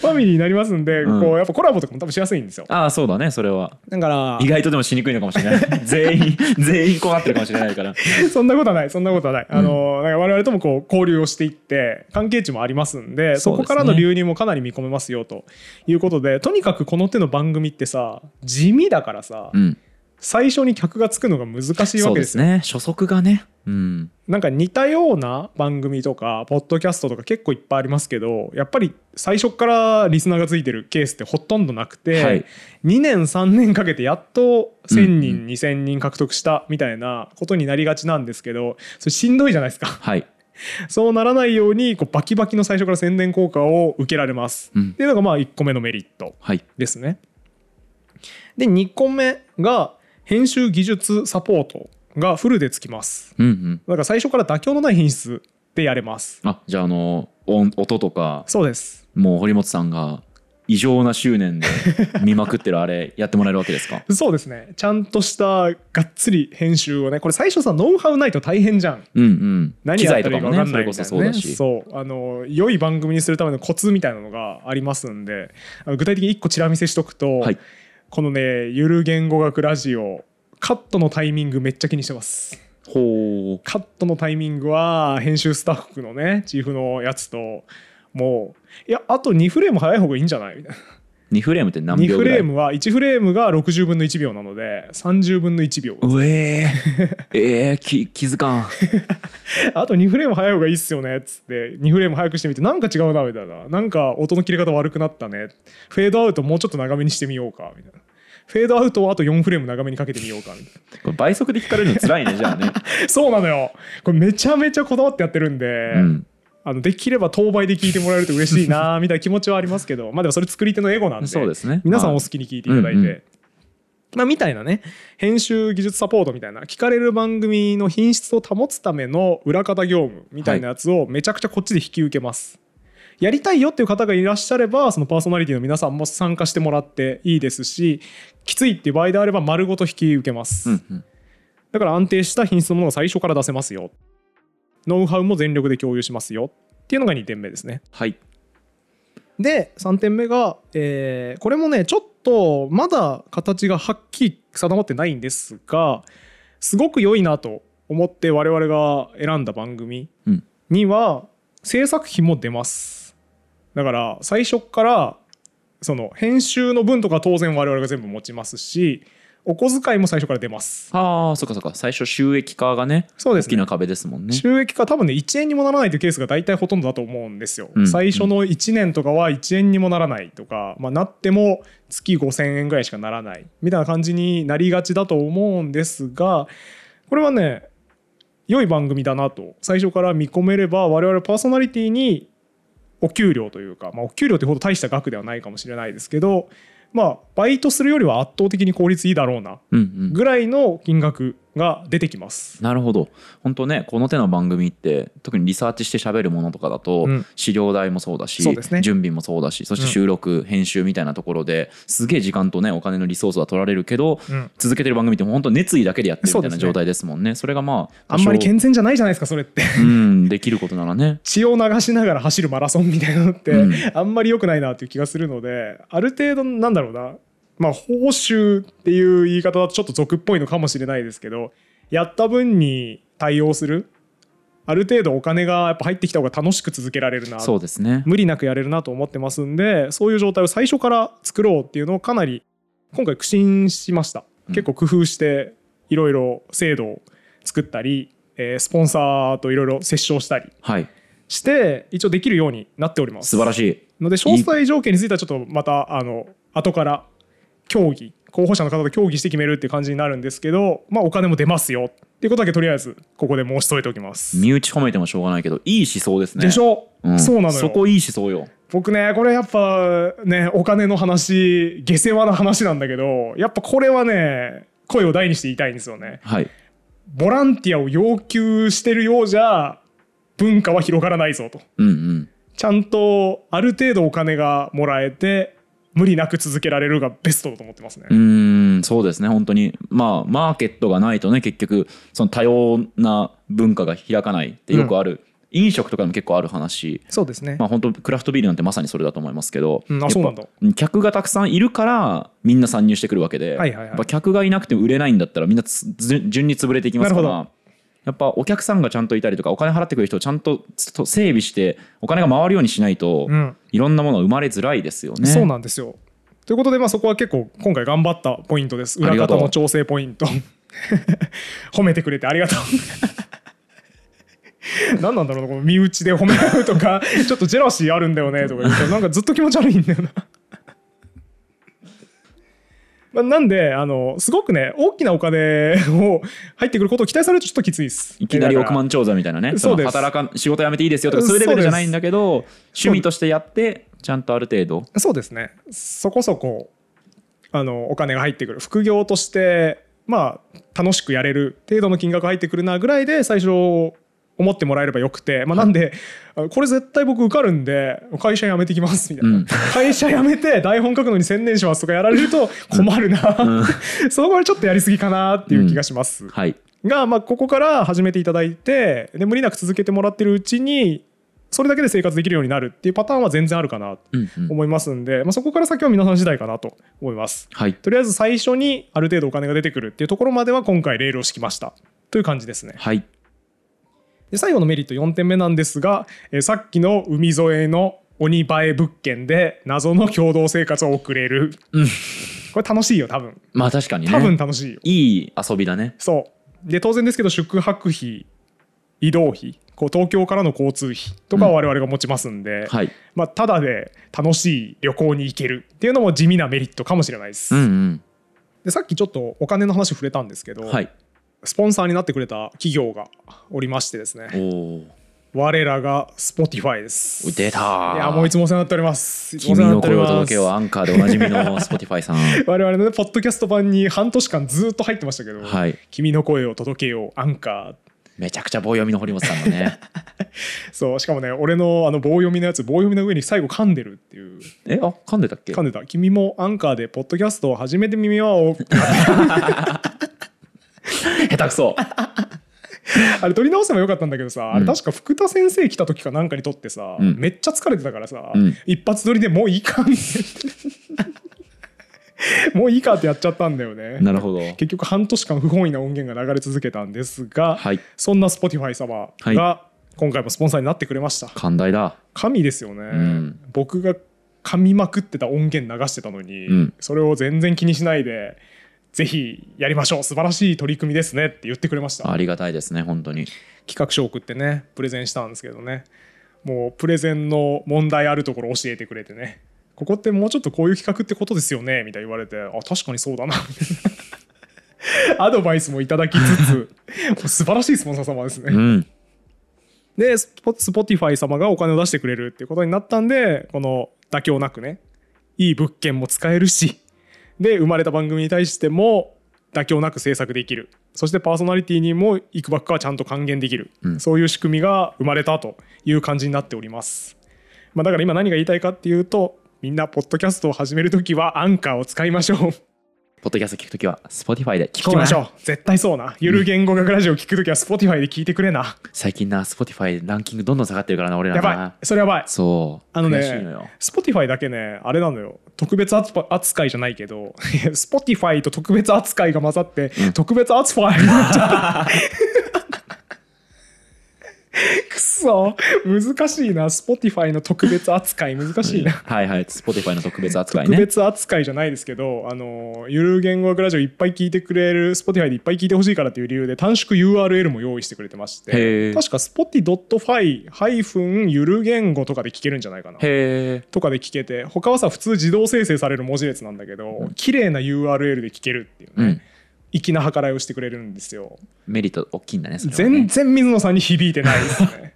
ファミリーになりますんで、うんこうやっぱコラボとかも多分しやすいんですよ <laughs> ああそうだねそれはだから意外とでもしにくいのかもしれない <laughs> 全員全員困ってるかもしれないからそんなことはないそんなことはない、あのなんか我々ともこう交流をしていって関係値もありますんでそそうですねこからの流入もかなり見込めますよということでとにかくこの手の番組ってさ地味だからさ、うん最初に客がつくのが難しいわそうけでですすよね初速がねうんなんか似たような番組とかポッドキャストとか結構いっぱいありますけどやっぱり最初からリスナーがついてるケースってほとんどなくて、はい2年3年かけてやっと1,000人、うん2,000人獲得したみたいなことになりがちなんですけどそれしんどいじゃないですか。 <laughs> はいそうならないようにこうバキバキの最初から宣伝効果を受けられます、うんっていうのがまあ1個目のメリットはいですね。で2個目が編集技術サポートがフルでつきます。うんうんだから最初から妥協のない品質でやれます。あじゃああの音音とかそうです。もう堀本さんが異常な執念で見まくってるあれやってもらえるわけです <laughs> かそうですね。ちゃんとしたがっつり編集をね、これ最初さノウハウないと大変じゃん。うんうん何機やっ材たとらいかいかも分かんなねそれいこみたいそそうなだね。しそうあの良い番組にするためのコツみたいなのがありますんで、あの具体的に一個ちら見せしとくと、はいこのねゆる言語学ラジオカットのタイミングめっちゃ気にしてます。ほうカットのタイミングは編集スタッフのねチーフのやつともういやあと2フレーム早い方がいいんじゃないみたい2フレームって何な2秒フぐらいレームは1フレームが60分の1秒なので30分の1秒うえ <laughs> ー、えー、き気づかんあと2フレーム早い方がいいっすよねっつって2フレーム早くしてみてなんか違うなみたいななんか音の切れ方悪くなったねフェードアウトもうちょっと長めにしてみようかみたいなフェードアウトをあと4フレーム長めにかけてみようかみたいなこれ倍速で聞かれるのつらいねじゃあ <laughs> ね、そうなのよこれめちゃめちゃこだわってやってるんで、うん、あのできれば当倍で聞いてもらえると嬉しいなみたいな気持ちはありますけど <laughs> まあでもそれ作り手のエゴなんでそうですね皆さんおは好きに聞いていただいて、うんうんまあ、みたいなね編集技術サポートみたいな聞かれる番組の品質を保つための裏方業務みたいなやつをめちゃくちゃこっちで引き受けます。やりたいよっていう方がいらっしゃればそのパーソナリティの皆さんも参加してもらっていいですしきついっていう場合であれば丸ごと引き受けます、いうんうんだから安定した品質のものを最初から出せますよノウハウも全力で共有しますよっていうのが2点目ですねはいで3点目が、えーこれもねちょっとまだ形がはっきり定まってないんですがすごく良いなと思って我々が選んだ番組うんには制作費も出ますだから最初っからその編集の分とか当然我々が全部持ちますしお小遣いも最初から出ますああそっかそっか最初収益化がねそうで大すきねな壁ですもんね収益化多分ね1円にもならないというケースが大体ほとんどだと思うんですよ、うん最初の1年とかは1円にもならないとか、まあ、なっても月5000円ぐらいしかならないみたいな感じになりがちだと思うんですがこれはね良い番組だなと最初から見込めれば我々パーソナリティにお給料というか、まあ、お給料ってほど大した額ではないかもしれないですけどまあバイトするよりは圧倒的に効率いいだろうなうんうんぐらいの金額が出てきます。なるほど本当ねこの手の番組って特にリサーチして喋るものとかだと、うん資料代もそうだしそうですね準備もそうだしそして収録、編集みたいなところですげえ時間とねお金のリソースは取られるけどうん続けてる番組って本当熱意だけでやってるみたそいなうですね状態ですもんねそれがまああんまり多少健全じゃないじゃないですかそれって。うんできることならね血を流しながら走るマラソンみたいなのって、うんあんまり良くないなっていう気がするのである程度なんだろうなまあ報酬っていう言い方だとちょっと俗っぽいのかもしれないですけどやった分に対応するある程度お金がやっぱ入ってきた方が楽しく続けられるなそうですね無理なくやれるなと思ってますんでそういう状態を最初から作ろうっていうのをかなり今回苦心しましたうん結構工夫していろいろ制度を作ったり、えースポンサーといろいろ折衝したりはいして一応できるようになっております素晴らしいので詳細条件についてはちょっとまたあの後から協議候補者の方と協議して決めるっていう感じになるんですけど、まあ、お金も出ますよっていうことだけとりあえずここで申し添えておきます、身内褒めてもしょうがないけどいい思想ですねでしょ、んそうなのよそこいい思想よ僕ねこれやっぱねお金の話下世話な話なんだけどやっぱこれはね声を大にして言いたいんですよねはいボランティアを要求してるようじゃ文化は広がらないぞとうんうんちゃんとある程度お金がもらえて無理なく続けられるがベストだと思ってますね、うーんそうですね本当にまあマーケットがないとね結局その多様な文化が開かないってよくある、飲食とかでも結構ある話そうですねまあ本当クラフトビールなんてまさにそれだと思いますけど、うんあやっぱそうなんだ客がたくさんいるからみんな参入してくるわけで、はいはいはいやっぱ客がいなくて売れないんだったらみんなつ順順に潰れていきますかなるらやっぱお客さんがちゃんといたりとかお金払ってくれる人をちゃんとつと整備してお金が回るようにしないと、うんいろんなものが生まれづらいですよね。そうなんですよということで、まあ、そこは結構今回頑張ったポイントですあ裏りがと方うの調整ポイント <laughs> 褒めてくれてありがとう <laughs> 何なんだろうなこの身内で褒め合うとか <laughs> ちょっとジェラシーあるんだよねとか言うとなんかずっと気持ち悪いんだよな <laughs> まあなんであのすごくね大きなお金を入ってくることを期待されるとちょっときついですいきなりだか億ら万長者みたいなね、そうですその働かん仕事辞めていいですよとか、そういうレベルじゃないんだけど、趣味としてやって、ちゃんとある程度、そうですねそこそこあのお金が入ってくる副業としてまあ楽しくやれる程度の金額入ってくるなぐらいで最初思ってもらえればよくて、まあ、なんで、あこれ絶対僕受かるんで会社辞めてきますみたいな、うん会社辞めて台本書くのに専念しますとかやられると困るな、 <laughs> そこはちょっとやりすぎかなっていう気がします、はい、が、まあ、ここから始めていただいてで無理なく続けてもらってるうちにそれだけで生活できるようになるっていうパターンは全然あるかなとうんうん思いますんで、まあ、そこから先は皆さん次第かなと思いますはい、とりあえず最初にある程度お金が出てくるっていうところまでは今回レールを敷きましたという感じですね。はいで最後のメリット4点目なんですが、えーさっきの海沿いの鬼映え物件で謎の共同生活を送れる、うんこれ楽しいよ多分まあ確かにね多分楽しいよ、いい遊びだねそうで当然ですけど宿泊費移動費こう東京からの交通費とかは我々が持ちますんで、はいまあ、ただで楽しい旅行に行けるっていうのも地味なメリットかもしれないです、うんでさっきちょっとお金の話触れたんですけど、うんはいスポンサーになってくれた企業がおりましてですねおお我らが Spotify です出たいやもういつもお世話になっております。いつもお君世話になっのてお声りをま届けすはアンカーでおなじみの Spotify さん我々のねポッドキャスト版に半年間ずっと入ってましたけど、はい君の声を届けようアンカめちゃくちゃ棒読みの堀本さんがねー。そうしかもね俺のあの棒読みのやつ棒読みの上に最後噛んでるっていうえあ噛んでたっけ噛んでた。君もアンカーでポッドキャストを始めてみよう。下手くそあれ撮り直せばよかったんだけどさ、あれ確か福田先生来た時かなんかに撮ってさ、うんめっちゃ疲れてたからさ、うん一発撮りでもういいかんって <laughs> 言ってもういいかってやっちゃったんだよね。なるほど結局半年間不本意な音源が流れ続けたんですが、はいそんな Spotify 様が今回もスポンサーになってくれました寛大だ神ですよね、ん僕が噛みまくってた音源流してたのに、うんそれを全然気にしないでぜひやりましょう素晴らしい取り組みですねって言ってくれましたありがたいですね本当に企画書送ってねプレゼンしたんですけどねもうプレゼンの問題あるところ教えてくれてねここってもうちょっとこういう企画ってことですよねみたいに言われてあ確かにそうだなアドバイスもいただきつつもう素晴らしいスポンサー様ですね、うんでスポスポティファイ様がお金を出してくれるっていうことになったんでこの妥協なくねいい物件も使えるしで生まれた番組に対しても妥協なく制作できるそしてパーソナリティにもいくばくかはちゃんと還元できる、うんそういう仕組みが生まれたという感じになっております、まあ、だから今何が言いたいかっていうとみんなポッドキャストを始めるときはアンカーを使いましょうポッドキャスト聞くときは Spotify で聞聞こきうなましょう絶対そうなゆる言語学ラジオ聞くときは Spotify で聞いてくれな最近な Spotify ランキングどんどん下がってるからな俺らやばないそれやばいそうあのね悔しいのよ Spotify だけねあれなのよ特別扱扱いじゃないけど <laughs> Spotify と特別扱いが混ざって、特別扱いになっちゃった <laughs> くそ難しいな Spotify の特別扱い難しいなはいはい Spotify の特別扱い特ね別扱いじゃないですけど、あのゆる言語学ラジオいっぱい聞いてくれる Spotify でいっぱい聞いてほしいからという理由で短縮 URL も用意してくれてましへてー確か Spotify- ゆる言語とかで聞けるんじゃないかなへえとかで聞けて他はさ普通自動生成される文字列なんだけど、綺麗な URL で聞けるっていううね、ん粋な計らいをしてくれるんですよ、メリット大きいんだねそれはね全然水野さんに響いてないです <laughs> ね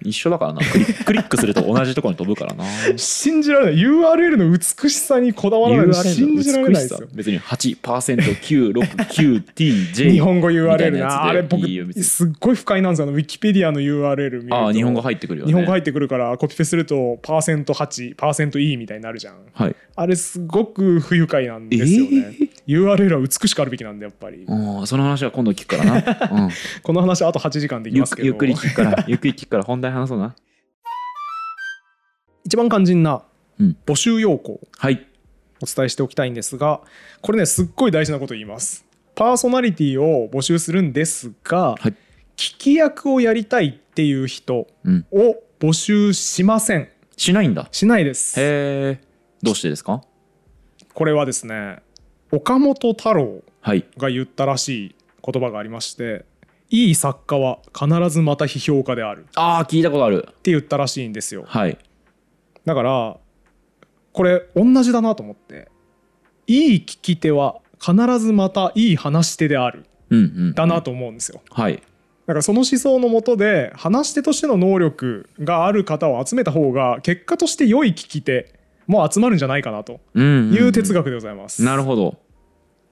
一緒だからなクリクリックすると同じところに飛ぶからな信じられない URL の美しさにこだわらないの URL 信じらのれ美ないしですさよ別に 8%969TJ <laughs> 日本語 URL なあれ僕いいよ別にすっごい不快なんですよあのウィキペディアの URL 見るとああ日本語入ってくるよね日本語入入ってくるからコピペするとパーセント8パーセント E みたいになるじゃんはいあれすごく不愉快なんですよね、URL は美しくあるべきなんでやっぱりうんその話は今度聞くから <laughs> な、うん、この話あと8時間できゆっますけどゆっくり聞くからゆっくり聞くから本題話そうな一番肝心なうん募集要項はいお伝えしておきたいんですがこれねすっごい大事なこと言いますパーソナリティを募集するんですが、はい聞き役をやりたいっていう人うんを募集しませんしないんだしないですへえどうしてですかこれはですね岡本太郎はいが言ったらしい言葉がありましていい作家は必ずまた批評家であるっああ聞いたことあるて言ったらしいんですよはいだからこれ同じだなと思っていい聞き手は必ずまたいい話し手であるうんうんだなと思うんですよはいだからその思想のもとで話し手としての能力がある方を集めた方が結果として良い聞き手も集まるんじゃないかなとうんうんうんいう哲学でございます、なるほど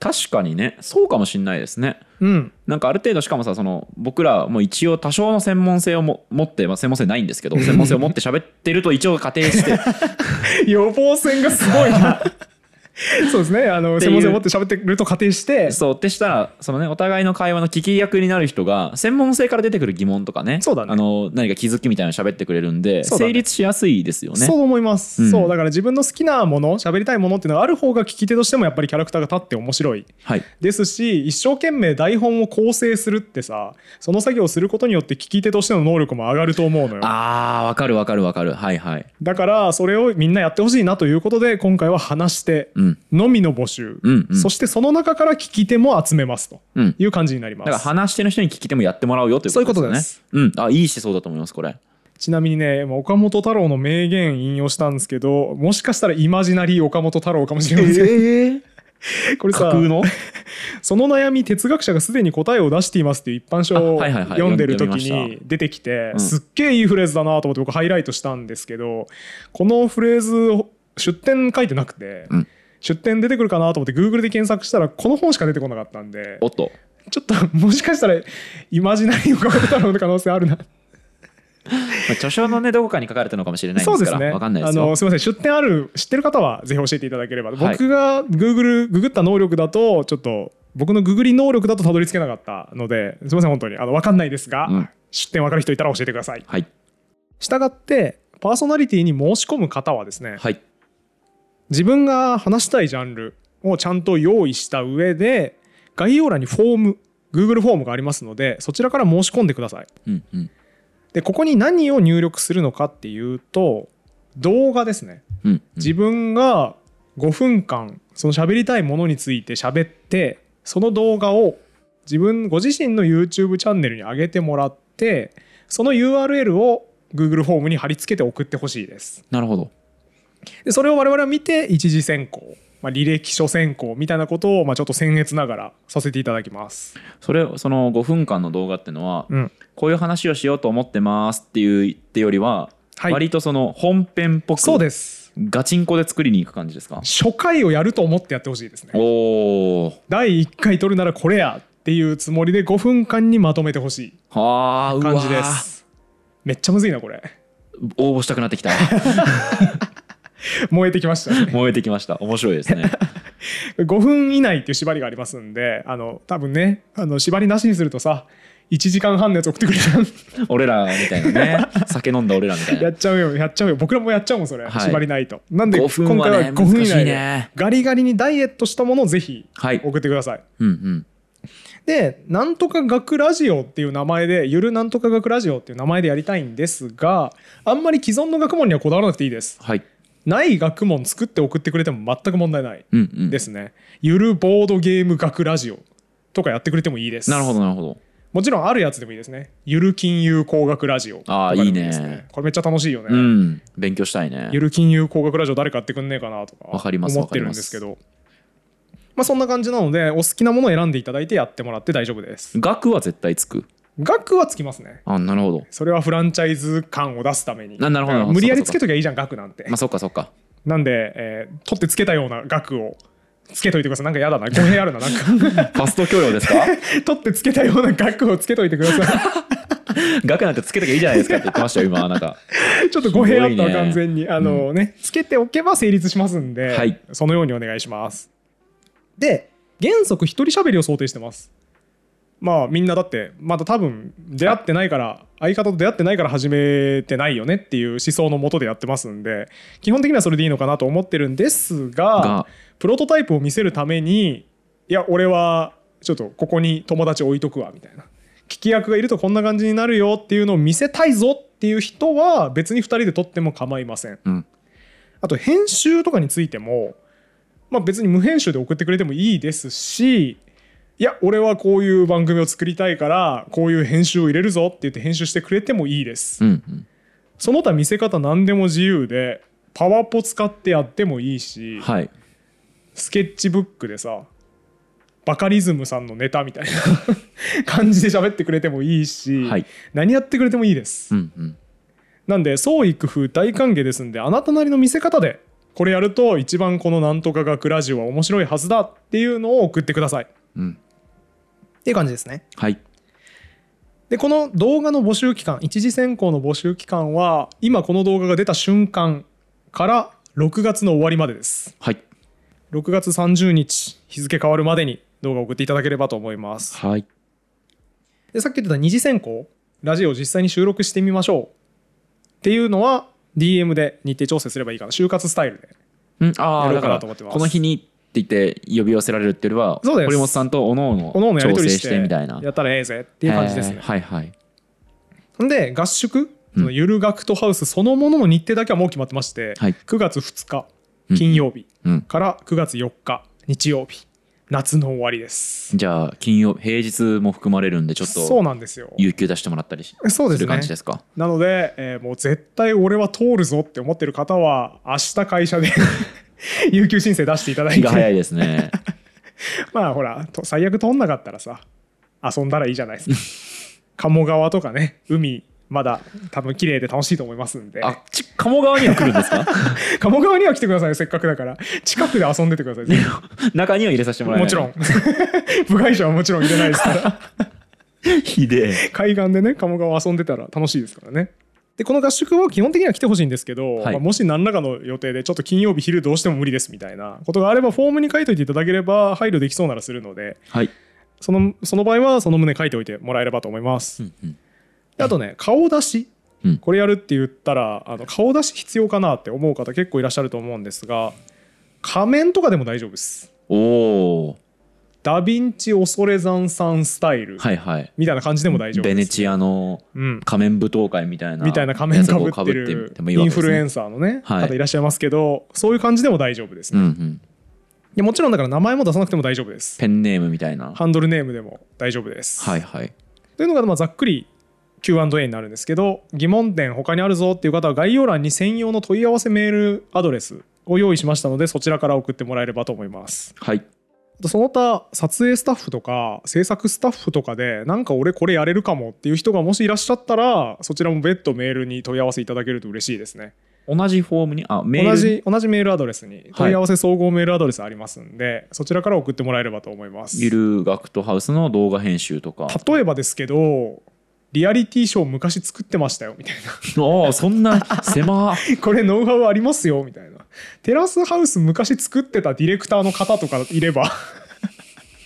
確かにねそうかもしんないですねうんなんかある程度しかもさその僕らも一応多少の専門性をも持って、まあ、専門性ないんですけ <laughs> ど専門性を持って喋ってると一応仮定して <laughs> 予防線がすごいなそうですねあのて専いう門性を持って喋ってると仮定してそうってしたらそのねお互いの会話の聞き役になる人が専門性から出てくる疑問とかねそうだねあの何か気づきみたいなの喋ってくれるんで、そうだね成立しやすいですよねそう思います、うんそうだから自分の好きなもの喋りたいものっていうのがある方が聞き手としてもやっぱりキャラクターが立って面白いはいですし一生懸命台本を構成するってさその作業をすることによって聞き手としての能力も上がると思うのよあーわかるわかるわかるはいはいだからそれをみんなやってほしいなということで今回は話してうんのみの募集、うんうんそしてその中から聞き手も集めますとうんいう感じになりまだすから話し手の人に聞き手もやってもらうよということですよねそうんあいい思想だと思いますこれちなみにね今岡本太郎の名言引用したんですけどもしかしたらイマジナリー岡本太郎かもしれま <laughs> せん、えこれさ架空の <laughs> その悩み哲学者がすでに答えを出していますっていう一般書あをはいはいはい読んでる時読みまに出てきてうんすっげえいいフレーズだなと思って僕ハイライトしたんですけどこのフレーズを出典書いてなくてうん出典出てくるかなと思って Google で検索したらこの本しか出てこなかったんでおっとちょっともしかしたらイマジナリー岡本太郎の可能性あるなまあ著書のねどこかに書かれたのかもしれないですからわかんないですあよのすみません出店ある知ってる方はぜひ教えていただければ、い僕が Google ググった能力だとちょっと僕のググり能力だとたどり着けなかったのですみません本当にあの分かんないですが、うん出店分かる人いたら教えてくださいはいしたがってパーソナリティに申し込む方はですねはい自分が話したいジャンルをちゃんと用意した上で概要欄にフォーム Google フォームがありますのでそちらから申し込んでくださいうんうんでここに何を入力するのかっていうと動画ですねうんうん自分が5分間その喋りたいものについて喋ってその動画を自分ご自身の YouTube チャンネルに上げてもらってその URL を Google フォームに貼り付けて送ってほしいですなるほどでそれを我々は見て一次選考、まあ、履歴書選考みたいなことをまあちょっと僭越ながらさせていただきますそれその5分間の動画ってのは、うんこういう話をしようと思ってますっていう言ってよりは、はい割とその本編っぽくそうですガチンコで作りに行く感じですか初回をやると思ってやってほしいですねおお第1回取るならこれやっていうつもりで5分間にまとめてほしいはあうわー感じですめっちゃむずいなこれ <laughs> 応募したくなってきた燃えてきましたね燃えてきました面白いで <laughs> すね5分以内っていう縛りがありますんであの多分ねあの縛りなしにするとさ1時間半のやつ送ってくれちゃう俺らみたいなね酒飲んだ俺らみたい <laughs> やなっちゃうよやっちゃうよ僕らもやっちゃうもんそれ、はい縛りないとなんで5今分はね回は5分以難し内で、いねガリガリにダイエットしたものをぜひはい送ってください、うんうんで「なんとか学ラジオ」っていう名前で「ゆるなんとか学ラジオ」っていう名前でやりたいんですがあんまり既存の学問にはこだわらなくていいですはいない学問作って送ってくれても全く問題ないうんうんですね、ゆるボードゲーム学ラジオとかやってくれてもいいですなるほどなるほどもちろんあるやつでもいいですねゆる金融工学ラジオとかでもですあーいいねこれめっちゃ楽しいよね、うん勉強したいねゆる金融工学ラジオ誰かやってくんねえかなとかわかります思ってるんですけどまあそんな感じなのでお好きなものを選んでいただいてやってもらって大丈夫です額は絶対つく額はつきますねあなるほどそれはフランチャイズ感を出すためにななるほどだから無理やりつけそときゃいいじゃん額なんてまあそっかそ <laughs> っかなんで、えー取ってつけたような額をつけといてくださいなんかやだな語弊あるななんかファスト教養ですか <laughs> 取ってつけたような額をつけといてくださ額なんてつけときゃいいじゃないですかって言ってました <laughs> よ今なんか <laughs> いちょっと語弊あったすごわいね完全にあのね、つけておけば成立しますんで、はいそのようにお願いしますで原則一人喋りを想定してますまあみんなだってまだ多分出会ってないから相方と出会ってないから始めてないよねっていう思想のもとでやってますんで基本的にはそれでいいのかなと思ってるんですががプロトタイプを見せるためにいや俺はちょっとここに友達置いとくわみたいな聞き役がいるとこんな感じになるよっていうのを見せたいぞっていう人は別に2人で撮っても構いませんうんあと編集とかについても、まあ、別に無編集で送ってくれてもいいですしいや俺はこういう番組を作りたいからこういう編集を入れるぞって言って編集してくれてもいいですうんうんその他見せ方何でも自由でパワポ使ってやってもいいし、はいスケッチブックでさバカリズムさんのネタみたいな <laughs> 感じで喋ってくれてもいいし、はい何やってくれてもいいです、うんうんなんで創意工夫大歓迎ですんであなたなりの見せ方でこれやると一番この「なんとか学ラジオ」は面白いはずだっていうのを送ってくださいっうんていう感じですねはいでこの動画の募集期間一次選考の募集期間は今この動画が出た瞬間から6月の終わりまでですはい6月30日日付変わるまでに動画を送っていただければと思いますはいでさっき言ってた二次選考ラジオを実際に収録してみましょうっていうのは DM で日程調整すればいいかな就活スタイルでうん、あやあろうだかかならと思ってますこの日にって言って呼び寄せられるっていうよりはそうです堀本さんとおのおのおののやり取調整りしてしてみたいなやったらええぜっていう感じですへねーはいはいんで合宿うんそのゆる学徒ハウスそのものの日程だけはもう決まってまして、はい9月2日うん金曜日うんから9月4日日曜日夏の終わりですじゃあ金曜平日も含まれるんでちょっそうとなんですよ有給出してもらったりしそうですすねる感じですかなので、えーもう絶対俺は通るぞって思ってる方は明日会社で <laughs> 有給申請出していただい気が早ていですね <laughs> まあほらと最悪通んなかったらさ遊んだらいいじゃないですか鴨川とかね海まだ多分綺麗で楽しいと思いますんであっち鴨川には来るんですか <laughs> 鴨川には来てくださいよせっかくだから近くで遊んでてください、中には入れさせてもらえないもちろ <laughs> ん部外者はもちろん入れないですからひでえ海岸でね鴨川遊んでたら楽しいですからねでこの合宿は基本的には来てほしいんですけど、はいまあもし何らかの予定でちょっと金曜日昼どうしても無理ですみたいなことがあればフォームに書いといていただければ配慮できそうならするのではい、そのその場合はその旨書いておいてもらえればと思います、うんうんであとね顔出し、うんこれやるって言ったらあの顔出し必要かなって思う方結構いらっしゃると思うんですが仮面とかでも大丈夫ですおおダヴィンチ恐山さんスタイルはいはいみたいな感じでも大丈夫ですベネチアのうん、仮面舞踏会みたいなみたいな仮面かぶってやつを被るてもいいイわンけでフすねルエンサーのね、はい方いらっしゃいますけどそういう感じでも大丈夫ですうね、んうん、でもちろんだから名前も出さなくても大丈夫ですペンネームみたいなはハンドルネームでも大丈夫です、いはいというのがまあざっくり Q&A になるんですけど疑問点他にあるぞっていう方は概要欄に専用の問い合わせメールアドレスを用意しましたのでそちらから送ってもらえればと思いますはいあとその他撮影スタッフとか制作スタッフとかでなんか俺これやれるかもっていう人がもしいらっしゃったらそちらも別途メールに問い合わせいただけると嬉しいですね同じフォームにあメール同じ同じメールアドレスに問い合わせ総合メールアドレスありますんで、そちらから送ってもらえればと思いますゆるガクトハウスの動画編集とか例えばですけどリアリティショー昔作ってましたよみたいああそんな狭な <laughs> これノウハウありますよみたいなテラスハウス昔作ってたディレクターの方とかいれば <laughs>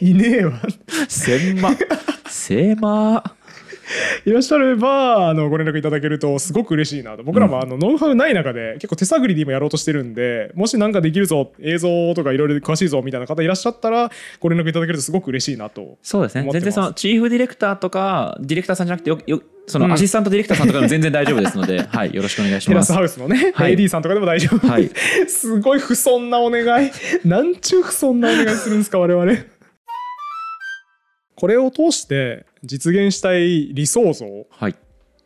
いねえわ狭狭いらっしゃればあのご連絡いただけるとすごく嬉しいなと僕らもあのノウハウない中で結構手探りで今やろうとしてるんでもし何かできるぞ映像とかいろいろ詳しいぞみたいな方いらっしゃったらご連絡いただけるとすごく嬉しいなとそうですね思ってます全然そのチーフディレクターとかディレクターさんじゃなくてよよそうんのアシスタントディレクターさんとかでも全然大丈夫ですので、はいよろしくお願いしテラまス <laughs> すハウスのね、はい AD さんとかでも大丈夫、はい <laughs> すごい不損なお願いなんちゅう不損なお願いするんですか我 <laughs> 々これを通して実現したい理想像はい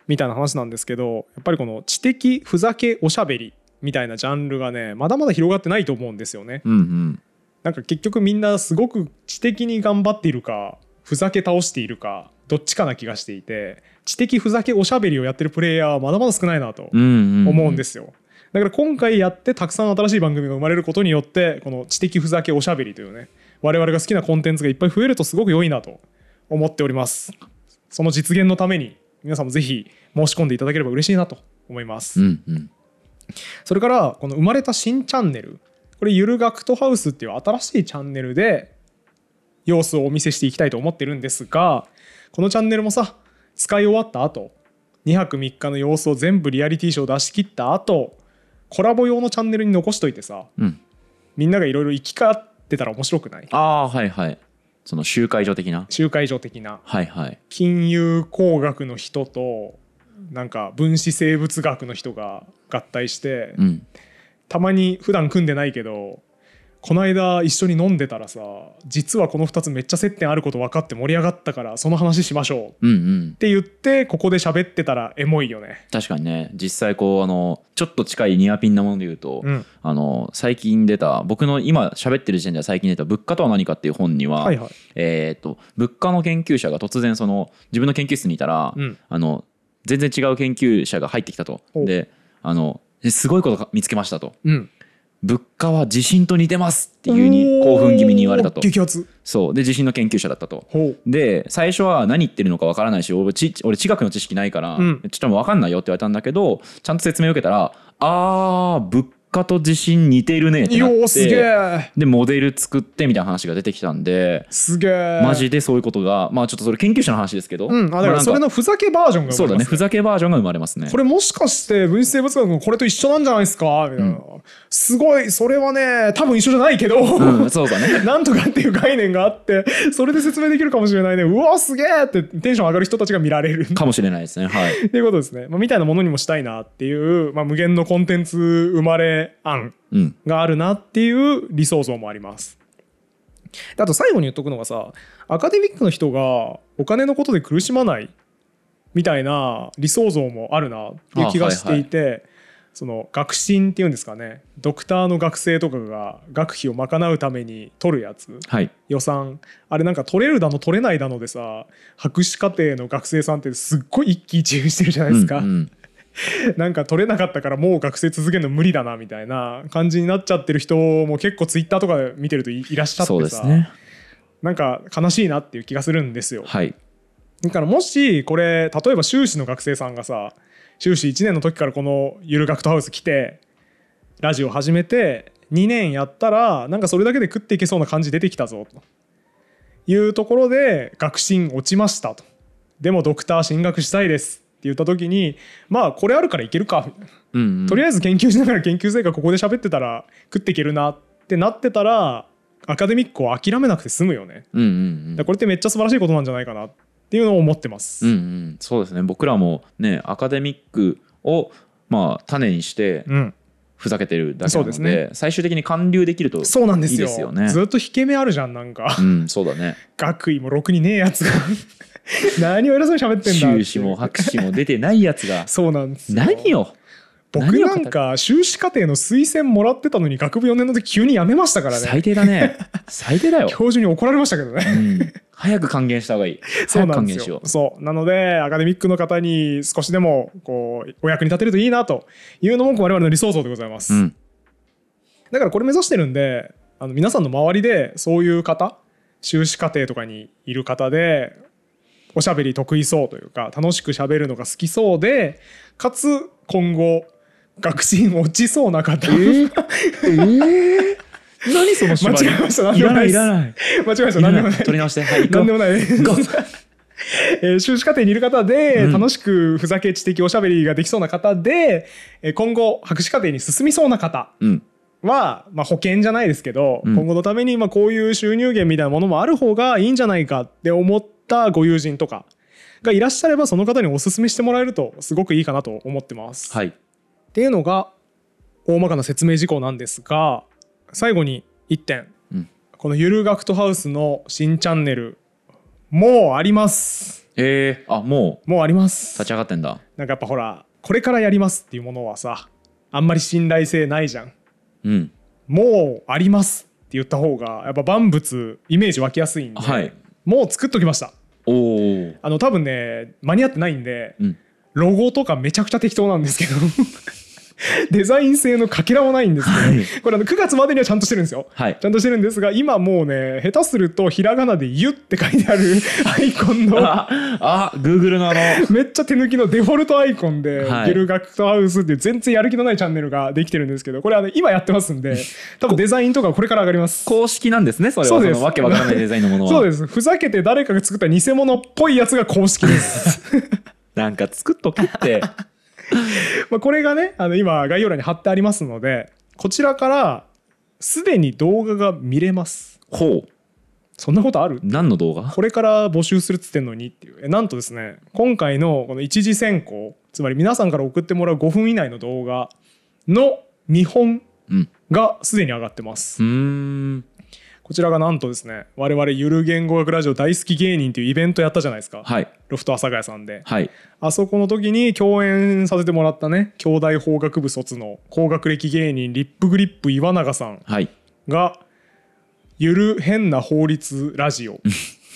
みたいな話なんですけどやっぱりこの知的ふざけおしゃべりみたいなジャンルがねまだまだ広がってないと思うんですよねうんうんなんか結局みんなすごく知的に頑張っているかふざけ倒しているかどっちかな気がしていて知的ふざけおしゃべりをやってるプレイヤーはまだまだ少ないなとうんうん思うんですすよ、だから今回やってたくさん新しい番組が生まれることによってこの知的ふざけおしゃべりというね我々が好きなコンテンツがいっぱい増えるとすごく良いなと思っておりますその実現のために皆さんもぜひ申し込んでいただければ嬉しいなと思います、うんうんそれからこの生まれた新チャンネルこれゆるガクトハウスっていう新しいチャンネルで様子をお見せしていきたいと思ってるんですがこのチャンネルもさ使い終わった後2泊3日の様子を全部リアリティショー出し切った後コラボ用のチャンネルに残しといてさうんみんながいろいろ行き交ってたら面白くないああはいはいその集会所的な集会所的なはいはい金融工学の人となんか分子生物学の人が合体してうんたまに普段組んでないけどこの間一緒に飲んでたらさ実はこの2つめっちゃ接点あること分かって盛り上がったからその話しましょうっうんうんて言ってここで喋ってたらエモいよね。確かにね実際こうあのちょっと近いニアピンなもので言うと、うんあの最近出た僕の今喋ってる時点では最近出た「物価とは何か」っていう本には、はいはいえー、と物価の研究者が突然その自分の研究室にいたら、うんあの全然違う研究者が入ってきたとおであのすごいことが見つけましたとうん、っ物価は地震と似てますっていうふうに興奮気味に言われたと激アツそうで地震の研究者だったとほうで最初は何言ってるのかわからないし俺ち俺地学の知識ないから、うんちょっともうわかんないよって言われたんだけどちゃんと説明を受けたらあー物家と地震似てるねってなっよーすげてえでモデル作ってみたいな話が出てきたんですげえマジでそういうことがまあちょっとそれ研究者の話ですけど、うんあだかまあらなんそれのふざけバージョンが生そうまれだねますふざけバージョンが生まれますねこれもしかして分子生物学のこれと一緒なんじゃないですかみたいな、すごいそれはね多分一緒じゃないけど、うん、そうだねなんとかっていう概念があってそれで説明できるかもしれないねうわすげえってテンション上がる人たちが見られるかもしれないですねはいっていうことですね、まあ、みたいなものにもしたいなっていう、まあ、無限のコンテンツ生まれ案うんがあるなっていう理想像もあります。であと最後に言っとくのがさアカデミックの人がお金のことで苦しまないみたいな理想像もあるなっていう気がしていて、その学信っていうんですかねドクターの学生とかが学費を賄うために取るやつはい予算あれなんか取れるだの取れないだのでさ博士課程の学生さんってすっごい一喜一憂してるじゃないですか。うんうん <laughs> なんか取れなかったからもう学生続けるの無理だなみたいな感じになっちゃってる人も結構ツイッターとかで見てるといいらっしゃってさそうですねなんか悲しいなっていう気がするんですよ。はいだからもしこれ例えば修士の学生さんがさ修士1年の時からこのゆる学徒ハウス来てラジオ始めて2年やったらなんかそれだけで食っていけそうな感じ出てきたぞというところで学信落ちましたとでもドクター進学したいですって言った時にまあこれあるからいけるかみたいなうん、うん、とりあえず研究しながら研究成果ここで喋ってたら食っていけるなってなってたらアカデミックを諦めなくて済むよね。うんうんうんだからこれってめっちゃ素晴らしいことなんじゃないかなっていうのを思ってます。うんうん、そうですね僕らもねアカデミックをまあ種にしてうんふざけてるだけなのでそうです最終的に還流できるとそうなんですよいいですよねずっと引け目あるじゃんなんか、 <laughs> うんそうだね学位もろくにねえやつが <laughs> 何を偉そうに喋ってんだ修士も博士も出てないやつ <laughs> がそうなんですよ何よ僕なんか修士課程の推薦もらってたのに学部4年の時急に辞めましたからね最低だ <laughs> ね最低だよ、教授に怒られましたけどねうん、早く還元した方がいいそう <laughs> 早くなん還で元すしよよ。そうなのでアカデミックの方に少しでもこうお役に立てるといいなというのも我々の理想像でございます。う、うん、だからこれ目指してるんであの皆さんの周りでそういう方修士課程とかにいる方でおしゃべり得意そうというか楽しくしゃべるのが好きそうでかつ今後学信落ちそうな方、 <laughs> 何その間違えました何でいらもなないいでいす間らない違えましたいら何でなもいない取り直し <laughs> てはい行こ何うでもないです。 <laughs> えー修士課程にいる方でうん楽しくふざけ知的おしゃべりができそうな方で、えー今後博士課程に進みそうな方うんは、まあ、保険じゃないですけど、うん今後のためにまあこういう収入源みたいなものもある方がいいんじゃないかって思ったご友人とかがいらっしゃればその方にお勧めしてもらえるとすごくいいかなと思ってます。はいっていうのが大まかな説明事項なんですが最後に1点、うんこのゆる学徒ハウスの新チャンネルもうありますえー、あもうもうあります立ち上がってんだなんかやっぱほらこれからやりますっていうものはさあんまり信頼性ないじゃんうんもうありますって言った方がやっぱ万物イメージ湧きやすいんで、はいもう作っときましたおおあの多分ね間に合ってないんで、うんロゴとかめちゃくちゃ適当なんですけど <laughs> デザイン性のかけらもないんですけど、はいこれあの9月までにはちゃんとしてるんですよはいちゃんとしてるんですが今もうね下手するとひらがなで「ゆ」って書いてある <laughs> アイコンの <laughs> ああ Google のあのめっちゃ手抜きのデフォルトアイコンでは「いゆるガクトハウス」っていう全然やる気のないチャンネルができてるんですけどこれあの今やってますんで多分デザインとかこれから上がります <laughs> 公式なんですねそれはそうそですのわけわからないデザインのも <laughs> のはそうですふざけて誰かが作った偽物っぽいやつが公式です <laughs> なんか作っとけ <laughs> ってまあこれがねあの今概要欄に貼ってありますのでこちらからすでに動画が見れますほうそんなことある何の動画これから募集するっつってんのにっていうえなんとですね今回のこの一次選考つまり皆さんから送ってもらう5分以内の動画の見本うんがすでに上がってますうーんこちらがなんとですね我々ゆる言語学ラジオ大好き芸人というイベントやったじゃないですかはいロフト阿佐ヶ谷さんではいあそこの時に共演させてもらったね兄弟法学部卒の高学歴芸人リップグリップ岩永さんはいが「ゆる変な法律ラジオ」っ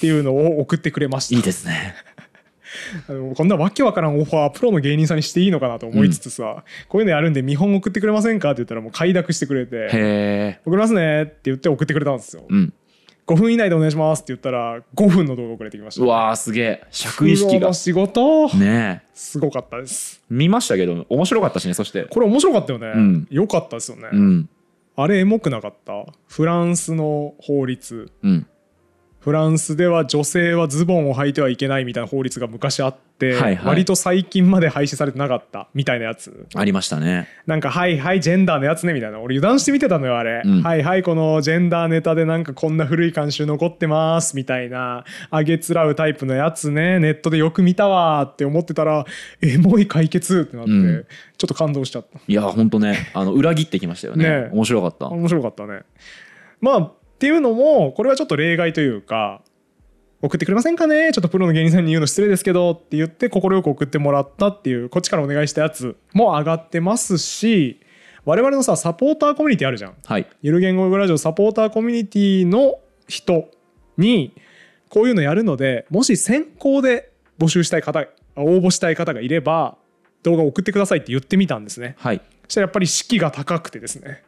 ていうのを送ってくれましたいいですねあのこんなわけわからんオファープロの芸人さんにしていいのかなと思いつつさ、こういうのやるんで見本送ってくれませんかって言ったらもう快諾してくれてへえ「送りますね」って言って送ってくれたんですよ。うん5分以内でお願いしますって言ったら5分の動画送られてきましたうわーすげえ尺意識プロがの仕事、ねえすごかったです見ましたけど面白かったしねそしてこれ面白かったよね、ん良かったですよね、うんあれエモくなかったフランスの法律うんフランスでは女性はズボンを履いてはいけないみたいな法律が昔あって、はいはい割と最近まで廃止されてなかったみたいなやつありましたねなんか「はいはいジェンダーのやつね」みたいな俺油断して見てたのよあれ、うんはいはいこのジェンダーネタでなんかこんな古い慣習残ってますみたいなあげつらうタイプのやつねネットでよく見たわーって思ってたらエモい解決ってなって、うんちょっと感動しちゃったいやほんとねあの裏切ってきましたよねねえ面白かった面白かったねまあっていうのもこれはちょっと例外というか送ってくれませんかねちょっとプロの芸人さんに言うの失礼ですけどって言って快く送ってもらったっていうこっちからお願いしたやつも上がってますし我々のさサポーターコミュニティあるじゃんはいゆる言語学ラジオサポーターコミュニティの人にこういうのやるのでもし先行で募集したい方応募したい方がいれば動画を送ってくださいって言ってみたんですねはいそしたらやっぱり士気が高くてですね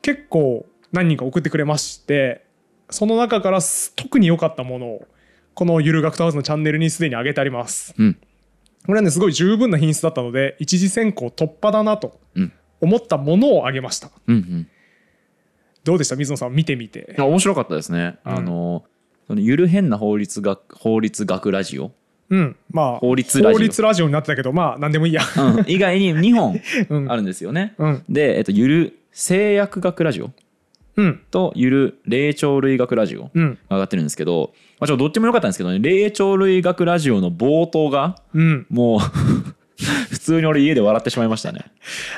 結構何人か送ってくれましてその中から特に良かったものをこのゆる学徒ハウスのチャンネルにすでに上げてありますうんこれはねすごい十分な品質だったので一次選考突破だなとうん思ったものを上げましたうんうんどうでした水野さん見てみいてや面白かったですね、うんあのそのゆる変な法律学法律学ラジオ、うんまあ法律ラジ法オ律ラジオになってたけどまあ何でもいいや <laughs> うん、以外に2本うんあるんですよね、うんで、えっと、ゆる製薬学ラジオうんとゆる霊長類学ラジオうん上がってるんですけど、まあ、ちょっとどっちも良かったんですけどね霊長類学ラジオの冒頭がうんもう <laughs> 普通に俺家で笑ってしまいましたね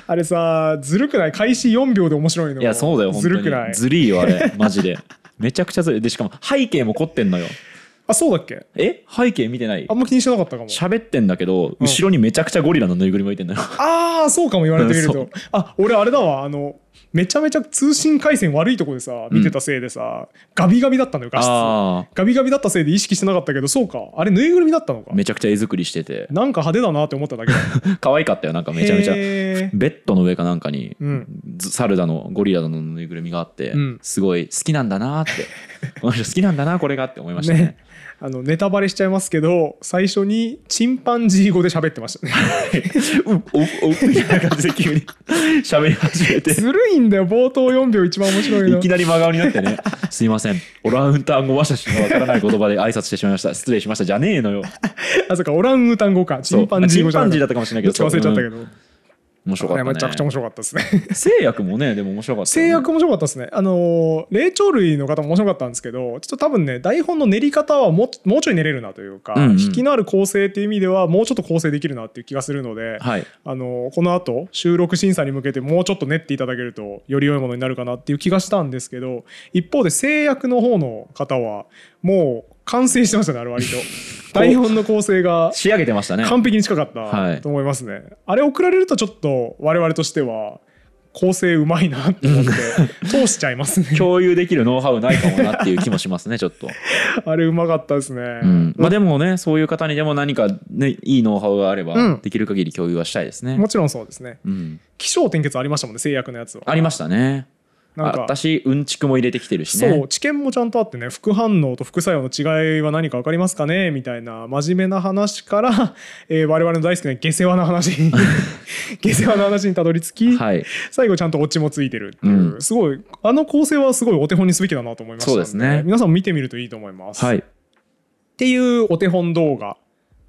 あれさずるくない開始4秒で面白いのいやそうだよ本当ずにるくないずりーよあれマジでめちゃくちゃずるいでしかも背景も凝ってんのよあそうだっけえ背景見てないあんま気にしてなかったかも喋ってんだけど後ろにめちゃくちゃゴリラのぬいぐるみ置いてんのよああそうかも言われてみるうとあ俺あれだわあのめちゃめちゃ通信回線悪いとこでさ見てたせいでさ、ガビガビだったのよ画質あガビガビだったせいで意識してなかったけどそうかあれぬいぐるみだったのかあめちゃくちゃ絵作りしてて <laughs> なんか派手だなって思っただけだ可愛かったよなんか <laughs> めちゃめちゃへ <laughs> ーベッドの上かなんかに、うんずサルダのゴリラのぬいぐるみがあって、うんすごい好きなんだなーって <laughs> この人好きなんだなこれがって思いましたねねあのネタバレしちゃいますけど最初にチンパンジー語で喋ってましたね <laughs> うっおっおっみたいな感じで急に <laughs> 喋り始めてずるいんだよ冒頭4秒一番面白いのいきなり真顔になってね「すいませんオランウータン語話者しかわからない言葉で挨拶してしまいました失礼しました」じゃねえのよあそうかオランウータン語かチそうンパンジー語じゃなチンパンジーだいったかもしれなどいっけどちか忘れちゃったけど、面白かあっれた、ね、めちゃくちゃ面白かったですね製薬もねでも面白かった制よね、約面白かったですね。あのー霊長類の方も面白かったんですけど、ちょっと多分ね、台本の練り方はもうもうちょい練れるなというか、うんうん引きのある構成っていう意味では、もうちょっと構成できるなっていう気がするので、はいあのーこの後収録審査に向けてもうちょっと練っていただけると、より良いものになるかなっていう気がしたんですけど、一方で制約の方の方は、もう完成してましたね、あれ割と。 <laughs> 台本の構成が仕上げてましたね完璧に近かっはたいと思いますね、あれ送られるとちょっと我々としては構成うまいなって思って通しちゃいますね <laughs> 共有できるノウハウないかもなっていう気もしますねちょっと。あれうまかったですね、うん、まあでもねそういう方にでも何かねいいノウハウがあれば、うんできる限り共有はしたいですねも。ちろんそうですねうん、起承転結ありましたもんね制約のやつはありましたね。なんあか私うんちくも入れてきてるしね。そう知見もちゃんとあってね副反応と副作用の違いは何か分かりますかねみたいな真面目な話から、えー我々の大好きな下世話な話 <laughs> に下世話な話にたどり着き、はい、最後ちゃんとオチもついてるっていう、うんすごいあの構成はすごいお手本にすべきだなと思いましたんそうですね皆さんも見てみるといいと思います、はっい、ていうお手本動画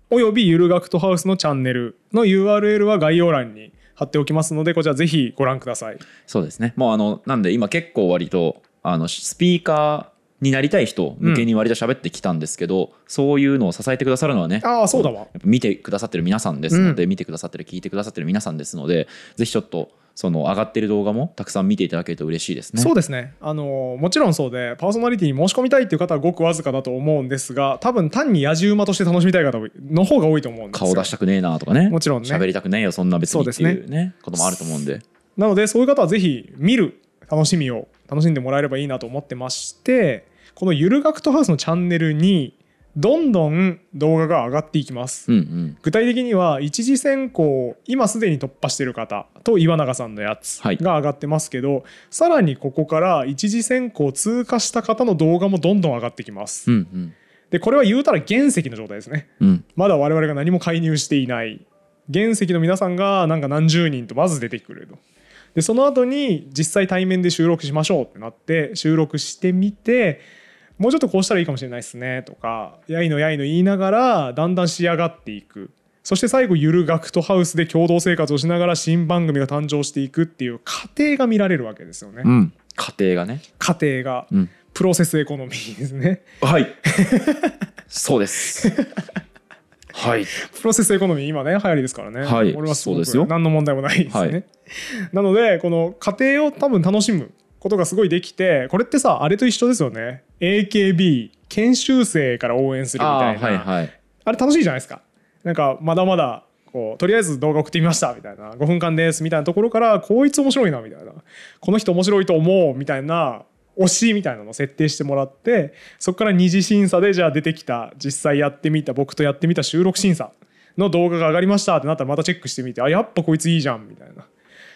およびゆるがくとハウスのチャンネルの URL は概要欄に貼っておきますのでこちらぜひご覧くださいそうですね。もうあのなんで今結構割とあのスピーカーになりたい人向けに割と喋ってきたんですけど、そういうのを支えてくださるのはねああそうだわやっぱ見てくださってる皆さんですので、見てくださってる聞いてくださってる皆さんですのでぜひちょっとその上がってる動画もたくさん見ていただけると嬉しいですね。そうですねあのもちろんそうでパーソナリティに申し込みたいっていう方はごくわずかだと思うんですが多分単に野じ馬として楽しみたい方の方が多いと思うんですよ顔出したくねえなとかねもちろんね喋りたくねえよそんな別にってそういでうねこともあると思うんでなのでそういう方はぜひ見る楽しみを楽しんでもらえればいいなと思ってましてこのゆる学徒ハウスのチャンネルにどんどん動画が上がっていきます、うんうん具体的には一次選考今すでに突破してる方と岩永さんのやつはいが上がってますけど、さらにここから一次選考を通過した方の動画もどんどん上がってきます、うんうんでこれは言うたら原石の状態ですねうんまだ我々が何も介入していない原石の皆さんがなんか何十人とまず出てくるとでその後に実際対面で収録しましょうってなって収録してみてもうちょっとこうしたらいいかもしれないですねとかやいのやいの言いながらだんだん仕上がっていくそして最後ゆる学徒ハウスで共同生活をしながら新番組が誕生していくっていう過程が見られるわけですよねうん家庭がね過程がうんプロセスエコノミーですねはいそう <laughs> ですはいプロセスエコノミー今ね流行りですからね、はい俺はすごそうくですよ何の問題もないですね、はいなのでこの家庭を多分楽しむことがすごいできてこれってさあれと一緒ですよね AKB 研修生から応援するみあたあいーなあ,、はいはいれ楽しいじゃないですかなんかまだまだこうとりあえず動画送ってみましたみたいな5分間ですみたいなところからこいつ面白いなみたいなこの人面白いと思うみたいな推しみたいなのを設定してもらってそこから二次審査でじゃあ出てきた実際やってみた僕とやってみた収録審査の動画が上がりましたってなったらまたチェックしてみてあやっぱこいついいじゃんみたいな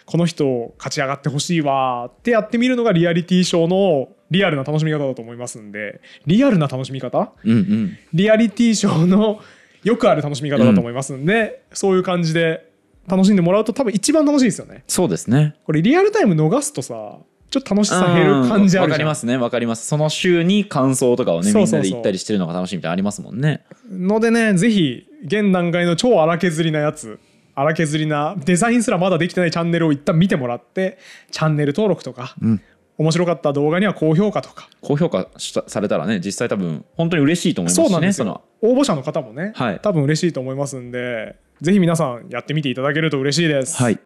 この人勝ち上がってほしいわーってやってみるのがリアリティショーのリアルな楽しみ方だと思いますんでリアルな楽しみ方うんうんリアリティショーのよくある楽しみ方だと思いますんで、そういう感じで楽しんでもらうと多分一番楽しいですよね。そうですねこれリアルタイム逃すとさちょっと楽しさ減る感じあうんわるかじりゃまんすねわかりますその週に感想とかをねそみうんそうそうなで行ったりしてるのが楽しいみたいなのありますもんねのでねぜひ現段階の超荒削りなやつ荒削りなデザインすらまだできてないチャンネルを一旦見てもらってチャンネル登録とか、うん面白かった動画には高評価とか高評価したされたらね実際多分本当に嬉しいと思いますしそねうなんですよの応募者の方もね、はい多分嬉しいと思いますんでぜひ皆さんやってみていただけると嬉しいです、はい。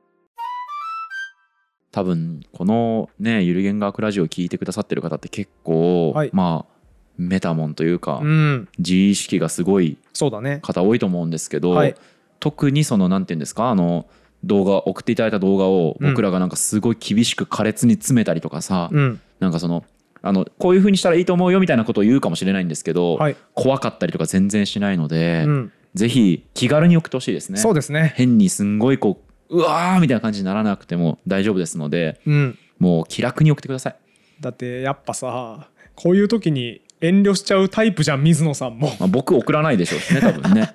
多分このねゆるゲンガークラジオを聞いてくださってる方って結構、はいまあメタモンというか、うん自意識がすごいそうだね方多いと思うんですけど、はい特にそのなんて言うんですかあの動画送っていただいた動画をうん僕らがなんかすごい厳しく苛烈に詰めたりとかさ、うんなんかそのあのこういう風にしたらいいと思うよみたいなことを言うかもしれないんですけど、はい怖かったりとか全然しないので、うんぜひ気軽に送ってほしいですね。そうですね変にすんごいこううわーみたいな感じにならなくても大丈夫ですのでうんもう気楽に送ってくださいだってやっぱさこういう時に遠慮しちゃうタイプじゃん水野さんもまあ、僕送らないでしょうしね多 <laughs> 分ね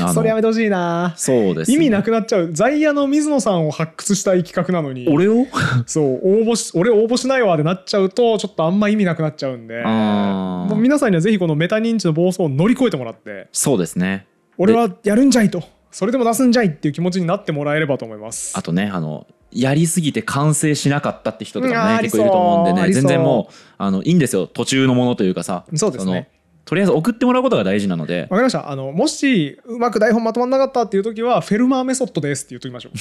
あのそれやめてほしいなそうですね、意味なくなっちゃう在野の水野さんを発掘したい企画なのに俺をそう応募し俺応募しないわでなっちゃうとちょっとあんま意味なくなっちゃうんであーもう皆さんにはぜひこのメタ認知の暴走を乗り越えてもらってそうですね俺はやるんじゃいとそれでも出すんじゃいっていう気持ちになってもらえればと思いますあとねあのやりすぎて完成しなかったって人とうんあかーね結構いると思うんであねりそう全然もうあのいいんですよ途中のものというかさそうですねのとりあえず送ってもらうことが大事なのでわかりましたあのもしうまく台本まとまんなかったっていう時はフェルマーメソッドですって言っときましょう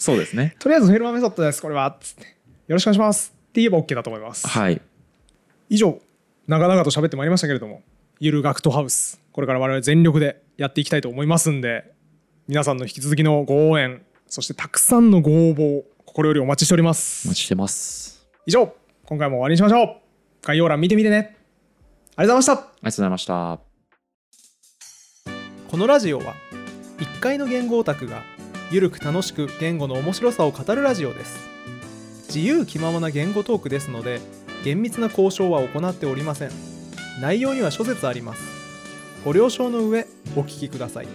そうですねとりあえずフェルマーメソッドですこれはつってよろしくお願いしますって言えば OK だと思いますはい以上長々と喋ってまいりましたけれどもゆる学徒ハウスこれから我々全力でやっていきたいと思いますんで皆さんの引き続きのご応援そしてたくさんのご応募を心よりお待ちしておりまおす待ちしてます以上今回も終わりにしましょう概要欄見てみてねありがとうございましたありがとうございましたこのラジオは1階の言語オタクがゆるく楽しく言語の面白さを語るラジオです自由気ままな言語トークですので厳密な交渉は行っておりません内容には諸説ありますご了承の上お聞きください